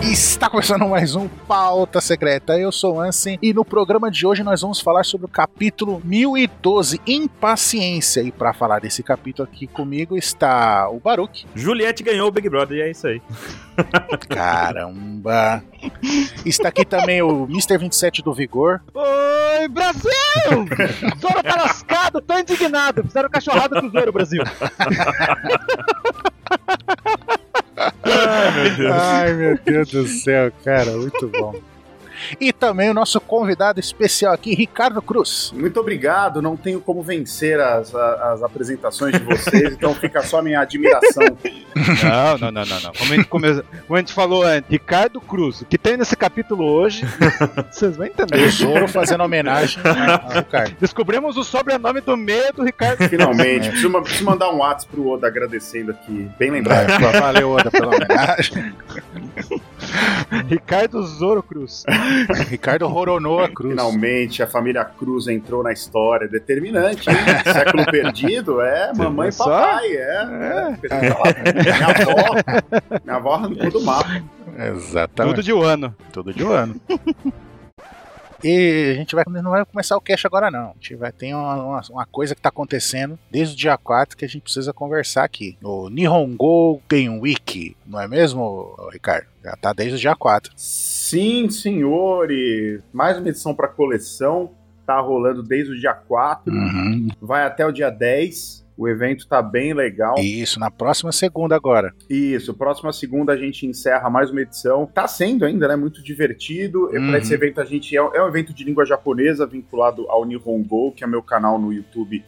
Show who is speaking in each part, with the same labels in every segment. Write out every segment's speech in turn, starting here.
Speaker 1: Está começando mais um Pauta Secreta. Eu sou o Ansem e no programa de hoje nós vamos falar sobre o capítulo 1012, Impaciência. E para falar desse capítulo aqui comigo está o Baruch.
Speaker 2: Juliette ganhou o Big Brother e é isso aí.
Speaker 1: Caramba! Está aqui também o Mr. 27 do Vigor.
Speaker 3: Oi, Brasil! Zoro tá lascado, tô indignado. Fizeram cachorrada com o Zoro, Brasil.
Speaker 2: Ai, meu Deus.
Speaker 1: Ai, meu Deus do céu, cara, muito bom. E também o nosso convidado especial aqui, Ricardo Cruz.
Speaker 4: Muito obrigado, não tenho como vencer as, a- as apresentações de vocês, então fica só a minha admiração.
Speaker 3: Não, não, não, não. não. Como, a gente come- como a gente falou antes, Ricardo Cruz, o que tem nesse capítulo hoje, vocês vão entender.
Speaker 1: O Zoro fazendo homenagem né, ao Ricardo.
Speaker 3: Descobrimos o sobrenome do meio do Ricardo.
Speaker 4: Finalmente, preciso, ma- preciso mandar um WhatsApp pro Oda agradecendo aqui, bem lembrado.
Speaker 1: Vai, Valeu, Oda, pela homenagem.
Speaker 3: Ricardo Zoro Cruz.
Speaker 1: Ricardo Roronoa Cruz.
Speaker 4: Finalmente, a família Cruz entrou na história, determinante, hein? Século perdido, é, mamãe e
Speaker 3: só?
Speaker 4: papai, é. é. perdi pra lá. Minha avó, minha avó arrancou do mapa.
Speaker 1: Exatamente.
Speaker 3: Tudo de um ano.
Speaker 1: Tudo de um ano. E a gente vai, não vai começar o cash agora, não. A gente vai, tem uma, uma- uma coisa que tá acontecendo desde o dia 4 que a gente precisa conversar aqui. O Nihongo Game Week, não é mesmo, Ricardo? Já tá desde o dia 4.
Speaker 4: Sim, senhores, mais uma edição pra coleção, tá rolando desde o dia 4,
Speaker 1: Uhum.
Speaker 4: vai até o dia 10. O evento tá bem legal.
Speaker 1: Então, Isso, na próxima segunda agora.
Speaker 4: Isso, próxima segunda a gente encerra mais uma edição. Tá sendo ainda, né? Muito divertido. E
Speaker 1: Uhum.
Speaker 4: Pra esse evento a gente é, é um evento de língua japonesa vinculado ao Nihongo, que é meu canal no YouTube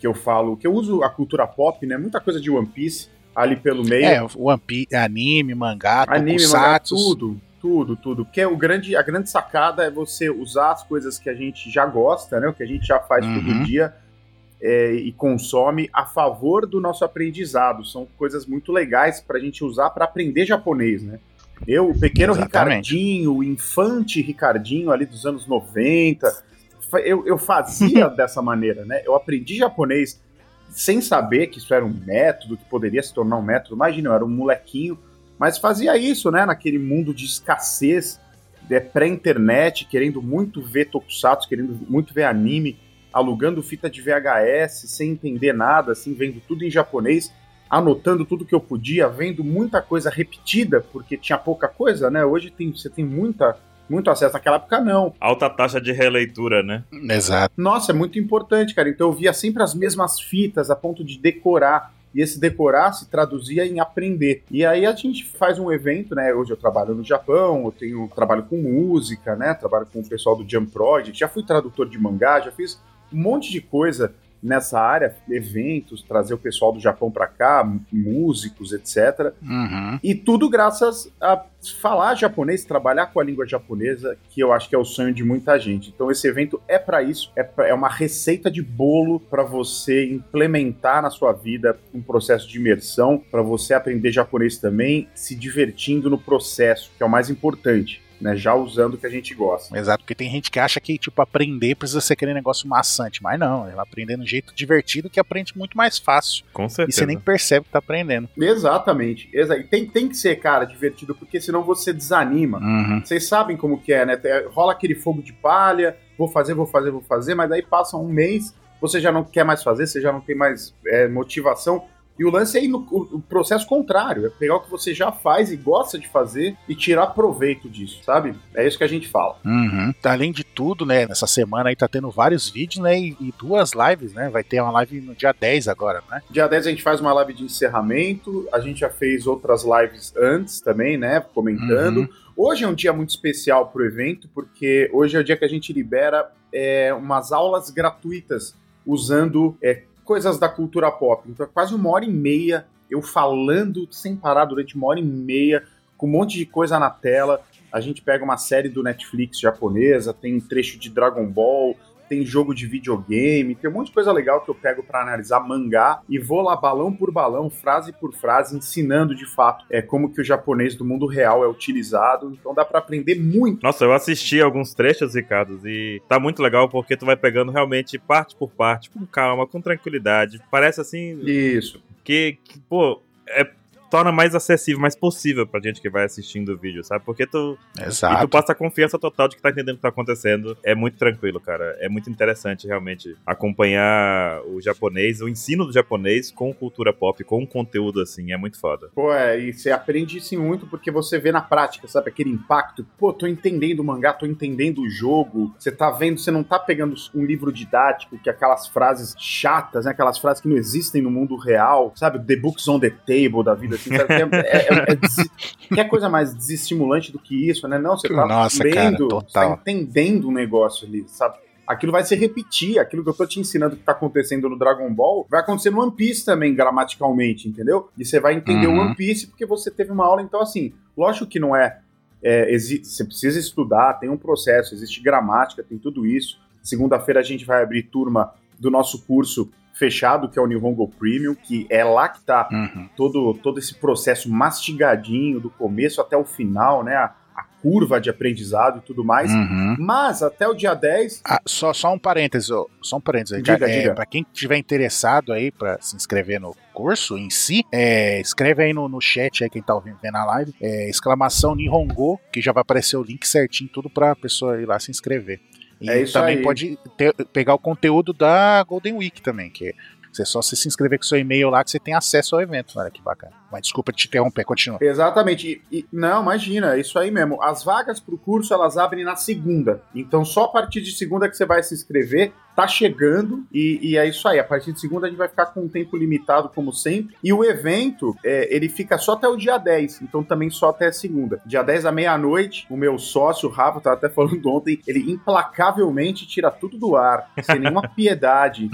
Speaker 4: que eu falo, que eu uso a cultura pop, né? Muita coisa de One Piece ali pelo meio.
Speaker 1: É, One Piece, anime, mangá,
Speaker 4: anime, mangá,
Speaker 1: tokusatsu.
Speaker 4: tudo, tudo, tudo. Porque o grande, a grande sacada é você usar as coisas que a gente já gosta, né? O que a gente já faz
Speaker 1: Uhum.
Speaker 4: todo dia é, e consome a favor do nosso aprendizado. São coisas muito legais pra gente usar pra aprender japonês, né? Eu, o pequeno
Speaker 1: Exatamente.
Speaker 4: Ricardinho, o infante Ricardinho ali dos anos 90, fa- eu, eu fazia dessa maneira, né? Eu aprendi japonês sem saber que isso era um método, que poderia se tornar um método. Imagina, eu era um molequinho, mas fazia isso, né? Naquele mundo de escassez, de pré-internet, querendo muito ver tokusatsu, querendo muito ver anime, alugando fita de VHS, sem entender nada, assim, vendo tudo em japonês, anotando tudo que eu podia, vendo muita coisa repetida, porque tinha pouca coisa, né? Hoje tem, você tem muita, muito acesso. Naquela época, não.
Speaker 2: Alta taxa de releitura, né?
Speaker 1: Exato.
Speaker 4: Nossa, é muito importante, cara. Então eu via sempre as mesmas fitas a ponto de decorar. E esse decorar se traduzia em aprender. E aí a gente faz um evento, né? Hoje eu trabalho no Japão, eu tenho trabalho com música, né? Trabalho com o pessoal do Jump Project, já fui tradutor de mangá, já fiz um monte de coisa nessa área, eventos, trazer o pessoal do Japão pra cá, m- músicos, etc.
Speaker 1: Uhum.
Speaker 4: E tudo graças a falar japonês, trabalhar com a língua japonesa, que eu acho que é o sonho de muita gente. Então esse evento é para isso, é, pra- é uma receita de bolo para você implementar na sua vida um processo de imersão, para você aprender japonês também, se divertindo no processo, que é o mais importante, né? Já usando o que a gente gosta.
Speaker 1: Exato, porque tem gente que acha que, tipo, aprender precisa ser aquele negócio maçante, mas não, ela aprender de um jeito divertido que aprende muito mais fácil.
Speaker 2: Com
Speaker 1: E
Speaker 2: certeza.
Speaker 1: você nem percebe que tá aprendendo.
Speaker 4: Exatamente. exa- e tem, tem que ser, cara, divertido, porque senão você desanima.
Speaker 1: Uhum.
Speaker 4: Vocês sabem como que é, né? Te- Rola aquele fogo de palha, vou fazer, vou fazer, vou fazer, mas daí passa um mês, você já não quer mais fazer, você já não tem mais é, motivação. E o lance é ir no o- o processo contrário, é pegar o que você já faz e gosta de fazer e tirar proveito disso, sabe? É isso que a gente fala.
Speaker 1: Uhum. Além de tudo, né, nessa semana aí tá tendo vários vídeos, né, e, e duas lives, né, vai ter uma live no dia 10 agora, né?
Speaker 4: Dia 10 a gente faz uma live de encerramento, a gente já fez outras lives antes também, né? Comentando.
Speaker 1: Uhum.
Speaker 4: Hoje é um dia muito especial pro evento, porque hoje é o dia que a gente libera é, umas aulas gratuitas usando é, coisas da cultura pop. Então é quase uma hora e meia eu falando sem parar durante uma hora e meia, com um monte de coisa na tela. A gente pega uma série do Netflix japonesa, tem um trecho de Dragon Ball, tem jogo de videogame, tem um monte de coisa legal que eu pego pra analisar mangá e vou lá balão por balão, frase por frase, ensinando de fato é como que o japonês do mundo real é utilizado. Então dá pra aprender muito.
Speaker 2: Nossa, eu assisti alguns trechos, Ricardo, e tá muito legal porque tu vai pegando realmente parte por parte, com calma, com tranquilidade. Parece assim
Speaker 4: Isso.
Speaker 2: que, que, pô, é torna mais acessível, mais possível pra gente que vai assistindo o vídeo, sabe? Porque tu, e tu
Speaker 1: Exato.
Speaker 2: passa a confiança total de que tá entendendo o que tá acontecendo. É muito tranquilo, cara. É muito interessante realmente acompanhar o japonês, o ensino do japonês com cultura pop, com um conteúdo assim, é muito foda.
Speaker 4: Pô, é, e você aprende isso muito porque você vê na prática, sabe? Aquele impacto. Pô, tô entendendo o mangá, tô entendendo o jogo. Você tá vendo, você não tá pegando um livro didático que é aquelas frases chatas, né? Aquelas frases que não existem no mundo real, sabe? The books on the table da vida, assim, sabe? Que é, é- é des- que coisa mais desestimulante do que isso, né? Não, você tá
Speaker 1: Nossa, cara,
Speaker 4: lendo, você tá
Speaker 1: total.
Speaker 4: entendendo um negócio ali, sabe? Aquilo vai se repetir, aquilo que eu tô te ensinando que tá acontecendo no Dragon Ball, vai acontecer no One Piece também, gramaticalmente, entendeu? E você vai entender
Speaker 1: Uhum.
Speaker 4: o One Piece porque você teve uma aula, então assim, lógico que não é. é, exi- você precisa estudar, tem um processo, existe gramática, tem tudo isso. Segunda-feira a gente vai abrir turma do nosso curso fechado, que é o Nihongo Premium, que é lá que tá
Speaker 1: Uhum.
Speaker 4: todo, todo esse processo mastigadinho, do começo até o final, né? A, a curva de aprendizado e tudo mais.
Speaker 1: Uhum.
Speaker 4: Mas até o dia 10,
Speaker 1: Ah, só, só um parênteses, ô, só um parênteses aí,
Speaker 4: Diga,
Speaker 1: cara. É,
Speaker 4: diga.
Speaker 1: Pra quem tiver interessado aí pra se inscrever no curso em si, é, escreve aí no, no chat aí quem tá ouvindo vendo a live, é, exclamação Nihongo, que já vai aparecer o link certinho, tudo pra pessoa ir lá se inscrever. E
Speaker 4: É isso
Speaker 1: também
Speaker 4: aí.
Speaker 1: pode ter- pegar o conteúdo da Golden Week também, que você só se inscrever com seu e-mail lá que você tem acesso ao evento. Olha que bacana. Mas desculpa te interromper, continua.
Speaker 4: exatamente. E- e- não, imagina, é isso aí mesmo. As vagas pro curso elas abrem na segunda. Então só a partir de segunda que você vai se inscrever. Tá chegando e, e é isso aí. A partir de segunda a gente vai ficar com um tempo limitado, como sempre. E o evento, é, ele fica só até o dia 10, então também só até a segunda. Dia 10 à meia-noite, o meu sócio, o Rafa, tava até falando ontem, ele implacavelmente tira tudo do ar, sem nenhuma piedade.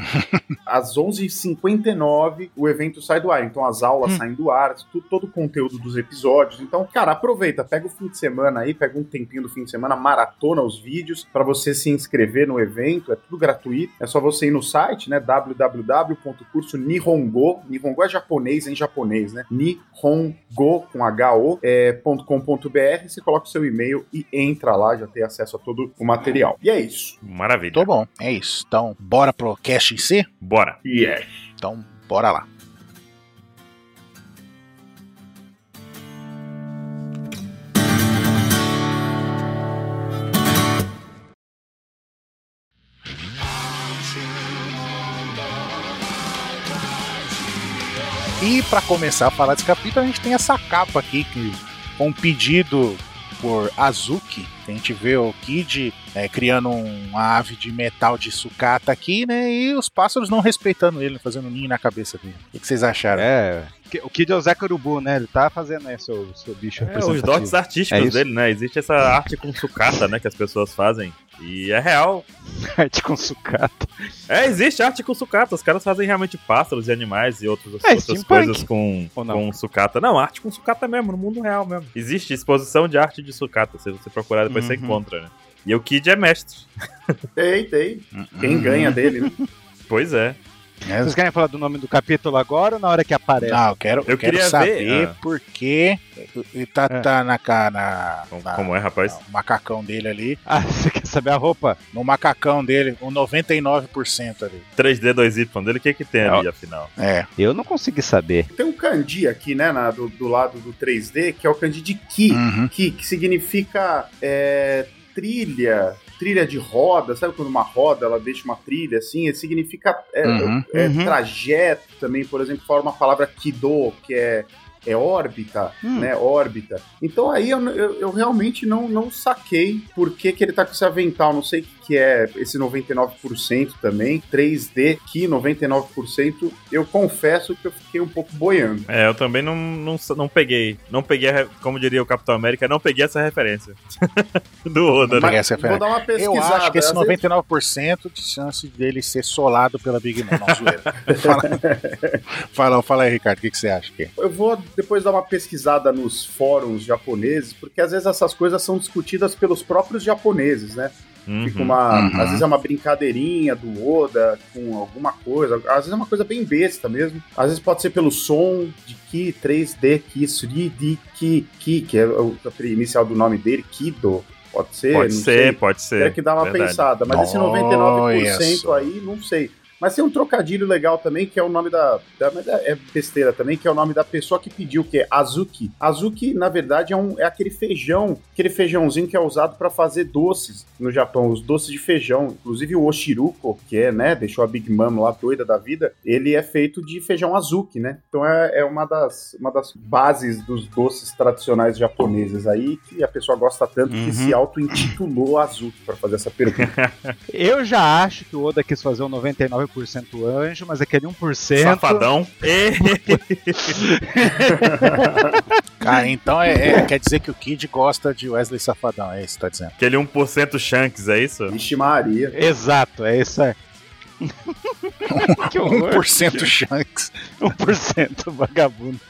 Speaker 4: às 11h59 o evento sai do ar. Então as aulas saem do ar, tu- todo o conteúdo dos episódios. Então, cara, aproveita, pega o fim de semana aí, pega um tempinho do fim de semana, maratona os vídeos pra você se inscrever no evento. É tudo gratuito. É só você ir no site, né? www.curso Nihongo. Nihongo é japonês em japonês, né? Nihongo com H-O é, ponto .com.br. Você coloca o seu e-mail e entra lá, já tem acesso a todo o material. E é isso.
Speaker 2: Maravilha.
Speaker 1: Tô bom, é isso. Então, bora pro cast em si?
Speaker 2: Bora.
Speaker 4: E é.
Speaker 1: Então, bora lá. E para começar a falar desse capítulo, a gente tem essa capa aqui que com um pedido por Azuki, que a gente vê o Kid é, criando uma ave de metal de sucata aqui, né? E os pássaros não respeitando ele, fazendo um ninho na cabeça dele. O que, que vocês acharam?
Speaker 3: É. que- O Kid é o Zé Urubu, né? Ele tá fazendo aí seu, seu bicho
Speaker 2: É, os dotes
Speaker 3: representativo. É
Speaker 2: artísticos
Speaker 3: isso.
Speaker 2: dele, né? Existe essa arte com sucata, né? Que as pessoas fazem. E é real.
Speaker 3: Arte com sucata.
Speaker 2: É, existe arte com sucata. Os caras fazem realmente pássaros e animais e outros,
Speaker 3: É,
Speaker 2: outras
Speaker 3: steampunk.
Speaker 2: coisas com,
Speaker 3: Ou não?
Speaker 2: com sucata. Não, arte com sucata mesmo, no mundo real mesmo. Existe exposição de arte de sucata. Se você procurar, depois você
Speaker 3: Uhum.
Speaker 2: encontra, né? E o Kid é mestre.
Speaker 4: Tem, tem. Quem ganha dele, né?
Speaker 2: Pois é.
Speaker 1: É,
Speaker 3: Vocês querem falar do nome do capítulo agora ou na hora que aparece?
Speaker 1: Não, Ah, eu quero, eu
Speaker 2: Eu
Speaker 1: quero
Speaker 2: queria
Speaker 1: saber
Speaker 2: ver, ah.
Speaker 1: por que ele tá,
Speaker 3: É.
Speaker 1: tá na, ca- na,
Speaker 2: Como,
Speaker 4: Ah,
Speaker 1: na-
Speaker 2: como é, rapaz?
Speaker 1: na- o macacão dele ali.
Speaker 3: Ah, você quer saber a roupa?
Speaker 1: No macacão dele, um 99% ali.
Speaker 2: 3D, 2Y dele, o que que tem ali, afinal?
Speaker 1: É.
Speaker 3: Eu não consegui saber.
Speaker 4: Tem um kanji aqui, né, na- do, do lado do 3D, que é o kanji de ki,
Speaker 1: Uhum.
Speaker 4: ki que significa é, trilha, trilha de roda, sabe quando uma roda ela deixa uma trilha assim? Ele significa é,
Speaker 1: Uhum.
Speaker 4: é,
Speaker 3: Uhum.
Speaker 4: trajeto também, por exemplo, forma a palavra kido, que é, é órbita,
Speaker 3: Hum.
Speaker 4: né, órbita. Então aí eu, eu, eu realmente não, não saquei por que, que ele tá com esse avental, não sei o que, que é esse 99% também, 3D, ki 99%, eu confesso que eu fiquei um pouco boiando.
Speaker 2: É, eu também não, não, não peguei. Não peguei, a re- como diria o Capitão América, não peguei essa referência. Do Oda, né?
Speaker 1: Peguei essa
Speaker 4: Vou
Speaker 1: referência.
Speaker 4: dar uma pesquisada.
Speaker 1: Eu acho que esse
Speaker 4: às vezes-
Speaker 1: 99% de chance dele ser solado pela Big Mom. Não, zoeira. fala, fala, fala aí, Ricardo, o que, que você acha? Que?
Speaker 4: Eu vou depois dar uma pesquisada nos fóruns japoneses, porque às vezes essas coisas são discutidas pelos próprios japoneses, né? Fica
Speaker 2: Uhum.
Speaker 4: uma,
Speaker 1: Uhum.
Speaker 4: Às vezes é uma brincadeirinha do Oda com alguma coisa. Às vezes é uma coisa bem besta mesmo. Às vezes pode ser pelo som de Ki, 3D, Ki, 3D, Ki, Ki, que é o a inicial do nome dele, Kido. Pode ser,
Speaker 2: Pode
Speaker 4: não
Speaker 2: ser,
Speaker 4: sei.
Speaker 2: pode ser.
Speaker 4: É que dá uma
Speaker 2: Verdade.
Speaker 4: pensada, mas esse
Speaker 1: Olha
Speaker 4: 99%
Speaker 1: só.
Speaker 4: aí, não sei. Mas tem um trocadilho legal também, que é o nome da, da- mas É é besteira também, que é o nome da pessoa que pediu, que é Azuki. Azuki, na verdade, é, um, é aquele feijão, aquele feijãozinho que é usado para fazer doces no Japão, os doces de feijão. Inclusive o Oshiruko, que é, né, deixou a Big Mom lá doida da vida, ele é feito de feijão Azuki, né? Então é, é uma, das, uma das bases dos doces tradicionais japoneses aí, que a pessoa gosta tanto
Speaker 2: Uhum.
Speaker 4: que se auto-intitulou Azuki para fazer essa pergunta.
Speaker 3: Eu já acho que o Oda quis fazer um 99% anjo, mas aquele 1%.
Speaker 2: Safadão.
Speaker 1: Cara, então é, é- quer dizer que o Kid gosta de Wesley Safadão, é isso que tá dizendo.
Speaker 2: Aquele 1% Shanks, é isso?
Speaker 4: Vixe Maria.
Speaker 3: Exato, é isso aí. Um que horror.
Speaker 1: 1% Shanks.
Speaker 3: 1% vagabundo.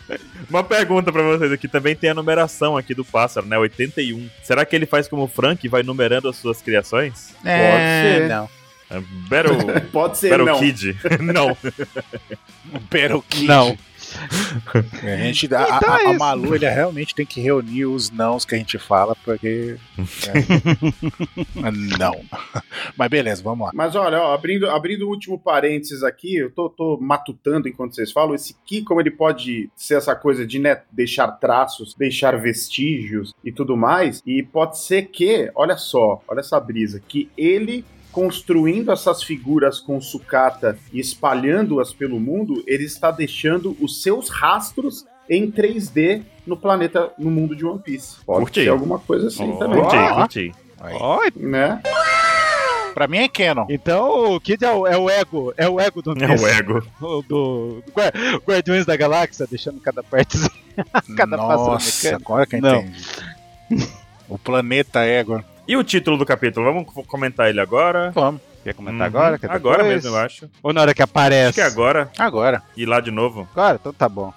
Speaker 2: Uma pergunta pra vocês aqui. Também tem a numeração aqui do pássaro, né? 81. Será que ele faz como o Frank e vai numerando as suas criações?
Speaker 4: É, ser.
Speaker 1: Não.
Speaker 2: É, Battle...
Speaker 4: Pode ser,
Speaker 2: Battle
Speaker 4: não.
Speaker 2: Kid? não.
Speaker 1: Pero Kid.
Speaker 3: Não.
Speaker 1: A, gente, a,
Speaker 3: Então
Speaker 1: a-
Speaker 3: é
Speaker 1: a
Speaker 3: isso.
Speaker 1: Malu ele realmente tem que reunir os nãos que a gente fala, porque. é. não. Mas beleza, vamos lá.
Speaker 4: Mas olha, ó, abrindo, abrindo o último parênteses aqui, eu tô, tô matutando enquanto vocês falam, esse Ki, como ele pode ser essa coisa de né, deixar traços, deixar vestígios e tudo mais, e pode ser que, olha só, olha essa brisa, que ele construindo essas figuras com sucata e espalhando-as pelo mundo, ele está deixando os seus rastros em 3D no planeta, no mundo de One Piece. Pode
Speaker 2: Curti. Oh,
Speaker 4: ser alguma coisa assim também,
Speaker 2: curti,
Speaker 1: Ó.
Speaker 2: curti.
Speaker 1: Aí.
Speaker 3: Ó,
Speaker 4: né?
Speaker 1: Pra mim é Canon.
Speaker 3: então o Kid é o, é o ego, é o ego do
Speaker 2: É o ego.
Speaker 3: do, do Guar- Guardiões da Galáxia, deixando cada parte. Cada pássaro
Speaker 1: Nossa,
Speaker 3: mecânico.
Speaker 1: agora que eu
Speaker 3: Não.
Speaker 1: entendi. O planeta Égua.
Speaker 2: E o título do capítulo? Vamos co- comentar ele agora?
Speaker 1: Vamos.
Speaker 3: Quer comentar agora? Quer
Speaker 2: Agora
Speaker 3: depois?
Speaker 2: mesmo, eu acho.
Speaker 3: Uhum. Ou na hora que
Speaker 2: Acho
Speaker 3: aparece?
Speaker 2: que é agora.
Speaker 1: Agora.
Speaker 2: E lá de novo.
Speaker 3: Agora? Então tá bom.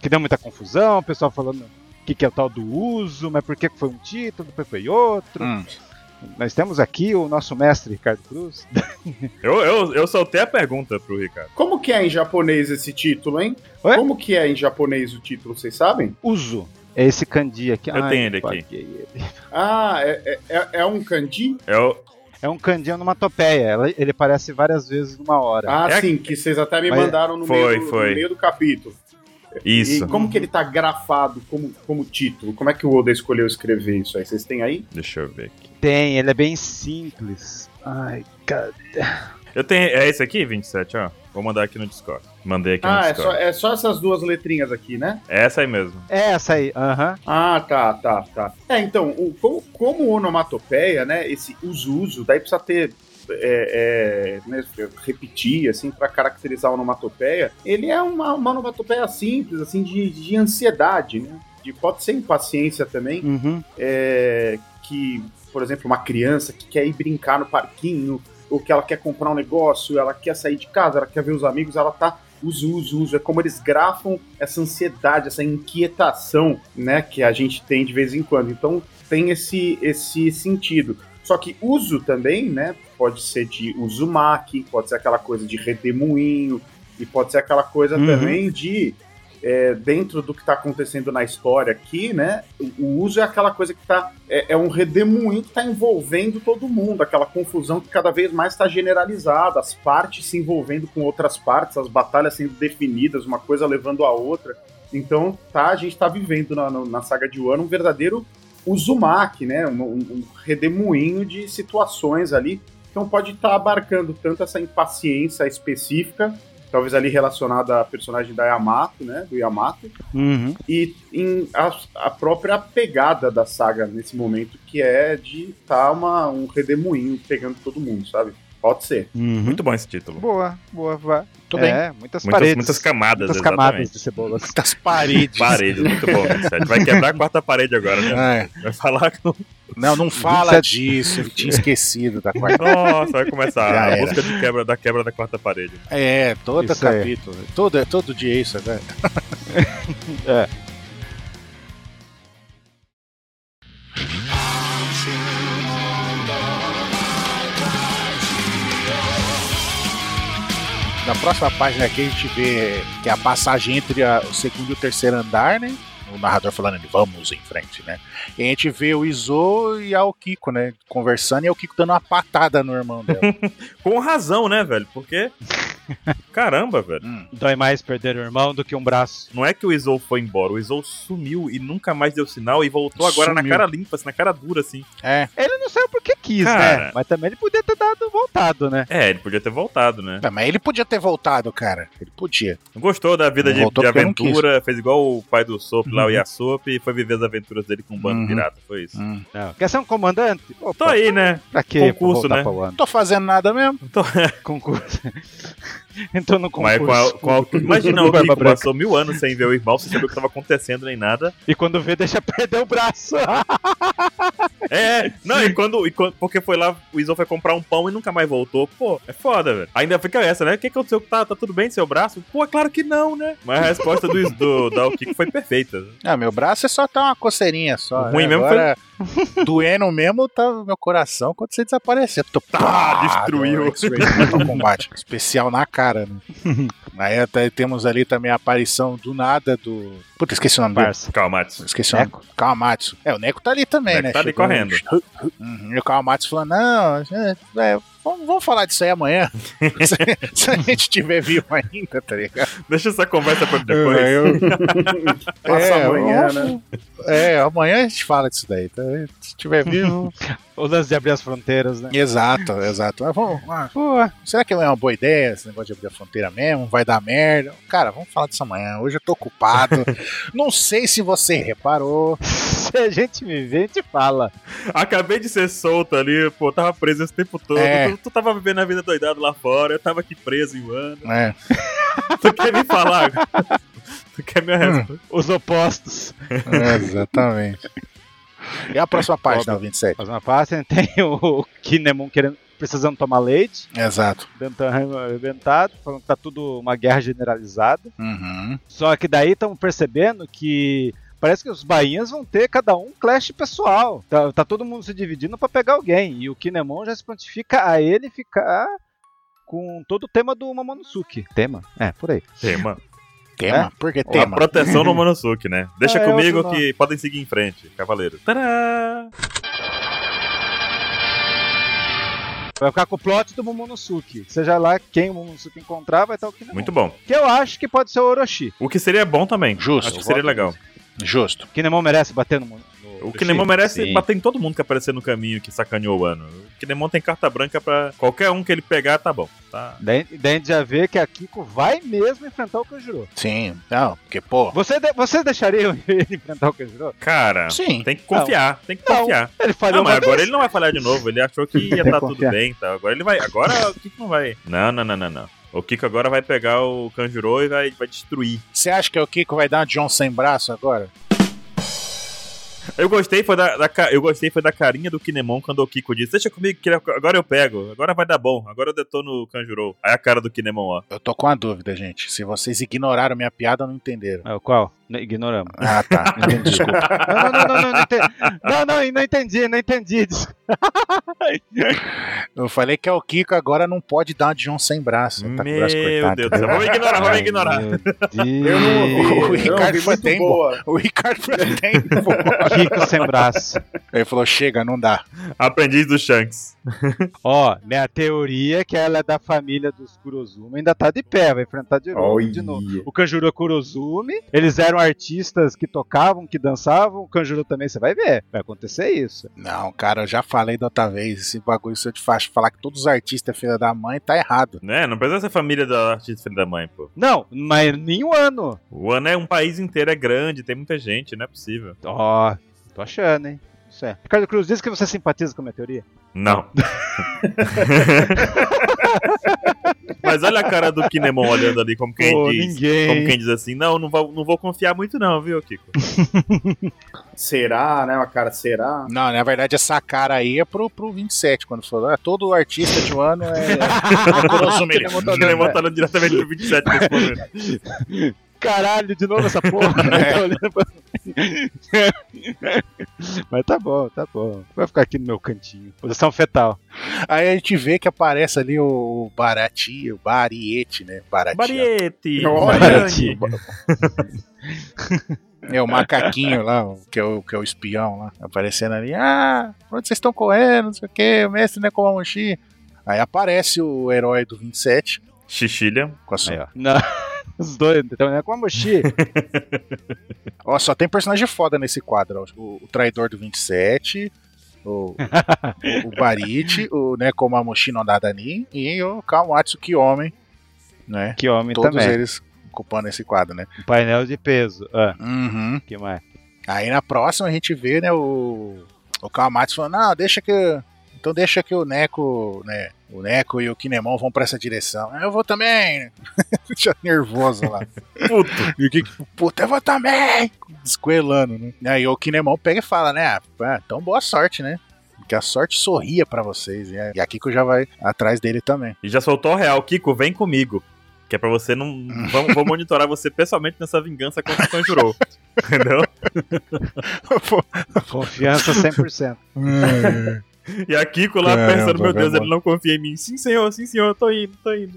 Speaker 3: Que deu muita confusão, o pessoal falando o que, que é o tal do uso, mas por que que foi um título, depois foi outro.
Speaker 1: Hum.
Speaker 3: Nós temos aqui o nosso mestre Ricardo Cruz.
Speaker 2: Eu, eu, eu soltei a pergunta pro Ricardo.
Speaker 4: Como que é em japonês esse título, hein?
Speaker 3: Oi?
Speaker 4: Como que é em japonês o título, vocês sabem?
Speaker 3: Uso. É esse kanji aqui.
Speaker 2: Eu tenho ele aqui.
Speaker 3: apaguei ele.
Speaker 4: Ah, é, é- é um kanji?
Speaker 2: É o,
Speaker 3: É um kanji onomatopeia. ela- Ele aparece várias vezes numa hora.
Speaker 4: Ah,
Speaker 2: É-
Speaker 4: sim, que vocês até me
Speaker 3: Mas-
Speaker 4: mandaram no,
Speaker 2: Foi,
Speaker 4: meio, do-
Speaker 2: foi.
Speaker 4: no meio do capítulo.
Speaker 2: isso.
Speaker 4: E como que ele tá grafado como, como título? Como é que o Oda escolheu escrever isso aí? Vocês têm aí?
Speaker 2: Deixa eu ver aqui.
Speaker 3: Tem, ele é bem simples. Ai, cara.
Speaker 2: Eu tenho. É esse aqui, 27, ó. Vou mandar aqui no Discord. Mandei aqui no
Speaker 4: Ah, é só,
Speaker 2: Discord.
Speaker 4: é só essas duas letrinhas aqui, né?
Speaker 2: É essa aí mesmo.
Speaker 3: É essa aí. Aham.
Speaker 4: Ah, tá, tá, tá. É, então, o- como, como onomatopeia, né, esse uso-uso, daí precisa ter, é, é, né, repetir, assim, para caracterizar a onomatopeia, ele é uma, uma onomatopeia simples, assim, de, de ansiedade, né? De, pode ser impaciência também,
Speaker 3: Uhum.
Speaker 4: é, que, por exemplo, uma criança que quer ir brincar no parquinho, ou que ela quer comprar um negócio, ela quer sair de casa, ela quer ver os amigos, ela tá uso, uso, uso. É como eles grafam essa ansiedade, essa inquietação, né, que a gente tem de vez em quando. Então tem esse esse sentido. Só que uso também, né, pode ser de uzumaki, pode ser aquela coisa de redemoinho, e pode ser aquela coisa
Speaker 3: Uhum.
Speaker 4: também de é, dentro do que está acontecendo na história aqui, né? o- O uso é aquela coisa que tá. É, é um redemoinho que está envolvendo todo mundo, aquela confusão que cada vez mais está generalizada, as partes se envolvendo com outras partes, as batalhas sendo definidas, uma coisa levando a outra. Então, tá, a gente está vivendo na, na- na saga de Wano um verdadeiro uzumaki, né? Um, um- um redemoinho de situações ali. Então pode estar abarcando tanto essa impaciência específica, talvez ali relacionada à personagem da Yamato, né? Do Yamato,
Speaker 3: Uhum.
Speaker 4: e em a, a própria pegada da saga nesse momento, que é de estar uma, um redemoinho pegando todo mundo, sabe? Pode ser.
Speaker 3: Uhum.
Speaker 2: Muito bom esse título.
Speaker 3: Boa, boa, vá.
Speaker 1: Tudo bem.
Speaker 3: é, muitas
Speaker 2: Muitas,
Speaker 3: paredes.
Speaker 2: muitas camadas,
Speaker 3: muitas
Speaker 2: exatamente.
Speaker 3: camadas de cebolas.
Speaker 1: Das paredes.
Speaker 2: Paredes, muito bom, 27. Vai quebrar a quarta parede agora, né?
Speaker 1: É.
Speaker 2: Vai falar com.
Speaker 1: Não, não fala
Speaker 3: 27.
Speaker 1: disso. Eu tinha esquecido da quarta.
Speaker 2: Nossa, vai começar
Speaker 1: Já
Speaker 2: a
Speaker 1: era.
Speaker 2: música de quebra, da quebra da quarta parede.
Speaker 1: É, todo
Speaker 3: Isso aí.
Speaker 1: capítulo. Todo, todo dia é isso agora.
Speaker 3: É.
Speaker 1: Na próxima página aqui a gente vê que é a passagem entre a- o segundo e o terceiro andar, né? o narrador falando ali, vamos em frente, né? E a gente vê o Izo e a Okiko, né? Conversando e a Okiko dando uma patada no irmão dela.
Speaker 2: Com razão, né, velho? Porque. Caramba, velho.
Speaker 1: Hum.
Speaker 3: Dói mais perder o irmão do que um braço.
Speaker 2: Não é que o Izou foi embora, o Izou sumiu e nunca mais deu sinal e voltou agora na
Speaker 1: Sumiu.
Speaker 2: cara limpa, assim, na cara dura, assim.
Speaker 1: É.
Speaker 3: Ele não saiu porque quis,
Speaker 2: Cara.
Speaker 3: né? Mas também ele podia ter dado voltado, né?
Speaker 2: É, ele podia ter voltado, né?
Speaker 1: Não, Mas ele podia ter voltado, cara. Ele podia.
Speaker 2: Não gostou da vida
Speaker 1: Não
Speaker 2: de,
Speaker 1: voltou
Speaker 2: de
Speaker 1: porque não
Speaker 2: aventura, fez igual o pai do Sop lá, o
Speaker 1: Uhum.
Speaker 2: Yasop, e foi viver as aventuras dele com um bando
Speaker 1: Uhum.
Speaker 2: pirata, foi isso.
Speaker 1: Hum.
Speaker 3: Não. Quer ser um comandante? Opa,
Speaker 2: É. Tô aí, né?
Speaker 3: Pra quê?
Speaker 2: Concurso,
Speaker 3: Pra voltar
Speaker 2: né?
Speaker 3: pra Wanda.
Speaker 1: Não tô fazendo nada mesmo.
Speaker 2: Tô...
Speaker 3: Concurso. Entrou no
Speaker 2: Mas
Speaker 3: concurso.
Speaker 2: com a, com é a... Imagina, o
Speaker 3: Barba
Speaker 2: Kiko
Speaker 3: Branca.
Speaker 2: passou mil anos sem ver o irmão, sem saber o que tava acontecendo nem nada.
Speaker 3: E quando vê, deixa perder o braço.
Speaker 2: É, não, e quando, e quando- Porque foi lá, o Izou foi comprar um pão e nunca mais voltou. Pô, é foda, velho. Ainda fica essa, né? O que aconteceu? Tá, tá tudo bem seu braço? Pô, é claro que não, né? Mas a resposta do, Iz- do da Kiko foi perfeita.
Speaker 1: Ah, meu braço é só tá uma coceirinha só.
Speaker 2: O ruim
Speaker 1: né?
Speaker 2: mesmo
Speaker 1: Agora, doendo mesmo tá o meu coração quando você desapareceu. Tô,
Speaker 2: Tá, destruiu.
Speaker 1: deu um X-ray do Mortal Kombat. Especial na cara, né? Aí até temos ali também a aparição do nada do. Puta, esqueci o nome dele.
Speaker 3: Parça.
Speaker 2: Calma, Matsu.
Speaker 1: Esqueci o nome. Kawamatsu. É, o Neco tá ali também,
Speaker 2: Neco
Speaker 1: né?
Speaker 2: tá ali
Speaker 1: Chegou-
Speaker 2: correndo.
Speaker 1: Uhum, e o Kawamatsu falando, não, é, é, vamos, vamos falar disso aí amanhã. se, se a gente tiver vivo ainda, tá ligado?
Speaker 2: Deixa essa conversa pra depois.
Speaker 1: É, eu-
Speaker 4: Passa amanhã, né?
Speaker 1: É, amanhã a gente fala disso daí. Tá? Se tiver vivo.
Speaker 3: O lance de abrir as fronteiras, né?
Speaker 1: exato, exato. Mas vamos, ah,
Speaker 3: Pô,
Speaker 1: será que é uma boa ideia esse negócio de abrir a fronteira mesmo? Vai dar merda? Cara, vamos falar disso amanhã. Hoje eu tô ocupado. Não sei se você reparou.
Speaker 3: se a gente me vê, a gente fala.
Speaker 2: Acabei de ser solto ali, pô, tava preso esse tempo todo.
Speaker 1: É.
Speaker 2: Tu, tu tava vivendo a vida doidado lá fora, eu tava aqui preso em um Wanda.
Speaker 1: né?
Speaker 2: Tu quer me falar? tu quer minha
Speaker 3: Hum.
Speaker 2: resposta?
Speaker 3: Os opostos.
Speaker 1: É, exatamente. E a próxima página, o 27.
Speaker 3: Faz uma pasta, tem o Kinemon querendo, precisando tomar leite,
Speaker 1: Exato.
Speaker 3: dentro arrebentado, falando que tá tudo uma guerra generalizada.
Speaker 1: Uhum.
Speaker 3: Só que daí estamos percebendo que parece que os bainhas vão ter cada um clash pessoal. Tá, tá todo mundo se dividindo pra pegar alguém. E o Kinemon já se pontifica a ele ficar com todo o tema do Momonosuke. Tema? É, por aí.
Speaker 2: Tema.
Speaker 1: Tema? Por que
Speaker 2: A
Speaker 1: tema?
Speaker 2: proteção no Monosuke, né? Deixa
Speaker 3: É, é
Speaker 2: comigo
Speaker 3: outro
Speaker 2: que podem seguir em frente, cavaleiro. Tadá!
Speaker 3: Vai ficar com o plot do Momonosuke. Seja lá quem o Momonosuke encontrar, vai estar o Kinemon.
Speaker 2: Muito bom.
Speaker 3: Que eu acho que pode ser o Orochi.
Speaker 2: O que seria bom também.
Speaker 1: Justo.
Speaker 2: Acho que seria legal.
Speaker 1: Justo.
Speaker 3: O Kinemon merece bater no, Mon- no
Speaker 2: O
Speaker 3: Orochi?
Speaker 2: Kinemon merece é
Speaker 3: Sim.
Speaker 2: bater em todo mundo que aparecer no caminho que sacaneou o ano. O Kinemon tem carta branca pra qualquer um que ele pegar, tá bom. Tá.
Speaker 3: Daí, daí a gente já vê que a Kiko vai mesmo enfrentar o Kanjuro.
Speaker 1: Sim. Não, porque, pô.
Speaker 3: Você, de, você deixaria ele enfrentar o Kanjuro?
Speaker 2: Cara,
Speaker 1: Sim.
Speaker 2: tem que confiar, tem que
Speaker 3: Não.
Speaker 2: confiar.
Speaker 3: Ele falhou
Speaker 2: Não, mas
Speaker 3: uma
Speaker 2: agora
Speaker 3: vez.
Speaker 2: ele não vai falhar de novo. Ele achou que ia
Speaker 3: Tem
Speaker 2: estar
Speaker 3: que
Speaker 2: tudo
Speaker 3: confiar.
Speaker 2: bem, então Agora ele vai. Agora o Kiko não vai. Não, não, não, não, não. O Kiko agora vai pegar o Kanjuro e vai, vai destruir.
Speaker 1: Você acha que é o Kiko vai dar uma John sem braço agora?
Speaker 2: Eu gostei, foi da, da ca- eu gostei foi da carinha do Kinemon quando o Kiko disse: Deixa comigo que agora eu pego, agora vai dar bom, agora eu detono o Kanjuro. Aí a cara do Kinemon, ó.
Speaker 1: Eu tô com uma dúvida, gente. Se vocês ignoraram minha piada, não entenderam.
Speaker 3: Ah, Qual? Ignoramos.
Speaker 1: Ah, tá. Entendi. Desculpa.
Speaker 3: Não, não, não, não, não, entendi. Não, não, não entendi, não entendi. Desculpa.
Speaker 1: Eu falei que é o Kiko agora não pode dar uma John sem braço. Tá com o
Speaker 2: Meu
Speaker 1: braço cortado.
Speaker 2: Deus do céu. Vamos ignorar, vamos ignorar.
Speaker 4: Eu não ouvi.
Speaker 1: O
Speaker 4: eu não
Speaker 1: Ricardo
Speaker 4: ouvi,
Speaker 1: foi
Speaker 4: muito
Speaker 1: bem bom.
Speaker 4: boa.
Speaker 1: O Ricardo pretende.
Speaker 3: Kiko sem braço.
Speaker 1: Ele falou: chega, não dá.
Speaker 2: Aprendiz do Shanks.
Speaker 3: Ó, minha teoria é que ela é da família dos Kurozumi ainda tá de pé, vai enfrentar de novo.
Speaker 4: Olha.
Speaker 3: De novo. O Kanjuro é Kurozumi, eles eram artistas que tocavam, que dançavam, o Kanjuro também, você vai ver, vai acontecer isso.
Speaker 1: Não, cara, eu já falei da outra vez. Esse bagulho, se eu te faço falar que todos os artistas é filha da mãe, tá errado.
Speaker 2: Né? Não precisa ser família da artista filha da mãe, pô.
Speaker 3: Não, mas nem um ano.
Speaker 2: O ano é um país inteiro, é grande, tem muita gente, não é possível.
Speaker 3: Ó, tô achando, hein. Isso é. Ricardo Cruz, diz que você simpatiza com a minha teoria.
Speaker 2: Não. Mas olha a cara do Kinemon olhando ali, como quem
Speaker 3: Pô,
Speaker 2: diz.
Speaker 3: ninguém.
Speaker 2: Como quem diz assim, não, não vou, não vou confiar muito, não, viu, Kiko?
Speaker 4: Será, né? Uma cara, será?
Speaker 1: Não, na verdade, essa cara aí é pro, pro 27, quando falou: ah, todo artista de um ano é. é Kurosumi. Ele,
Speaker 2: O Kinemon tá olhando diretamente pro 27 nesse momento.
Speaker 3: Caralho, de novo essa porra. né? Tá olhando pra- Mas tá bom, tá bom. Vai ficar aqui no meu cantinho. Posição fetal.
Speaker 1: Aí a gente vê que aparece ali o Barati, o Bariete, né? Barati.
Speaker 2: Bariete!
Speaker 4: Olha.
Speaker 2: Bariete.
Speaker 1: É o macaquinho lá, o que é o, que é o espião lá, aparecendo ali. Ah, pra onde vocês estão correndo? Não é sei o que, o mestre Nekomamushi. Aí aparece o herói do 27
Speaker 2: Xixilha.
Speaker 1: com a sua.
Speaker 2: Aí, ó.
Speaker 3: Não. Os dois, então é com a Moshi.
Speaker 1: Ó, só tem personagem foda nesse quadro. ó. O, o traidor do 27, o, o, o Barite, o né, Nekomamushi no Dadani e o Kamatsu Kiyomi, né?
Speaker 3: Que homem
Speaker 1: Todos
Speaker 3: também.
Speaker 1: eles ocupando esse quadro, né?
Speaker 3: Um painel de peso. Ah,
Speaker 1: Uhum.
Speaker 3: que mais?
Speaker 1: Aí na próxima a gente vê, né, o, o Kamatsu falando, não, deixa que... Então deixa que o Neko, né, o Neko e o Kinemon vão pra essa direção. Eu vou também! Já nervoso lá.
Speaker 2: Puto.
Speaker 1: E o que Puta, eu vou também! Escoelando, né? E Aí o Kinemon pega e fala, né? Ah, então boa sorte, né? Que a sorte sorria pra vocês. né, E a- e a Kiko já vai atrás dele também.
Speaker 2: E já soltou o real. Kiko, vem comigo. Que é pra você não. Vamos, vou monitorar você pessoalmente nessa vingança contra o Kanjuro. Entendeu?
Speaker 3: Confiança 100%.
Speaker 2: E a Kiko lá
Speaker 1: Caramba,
Speaker 2: pensando, meu Deus,
Speaker 1: velho.
Speaker 2: ele não confia em mim. Sim, senhor, sim, senhor, eu tô indo, tô indo.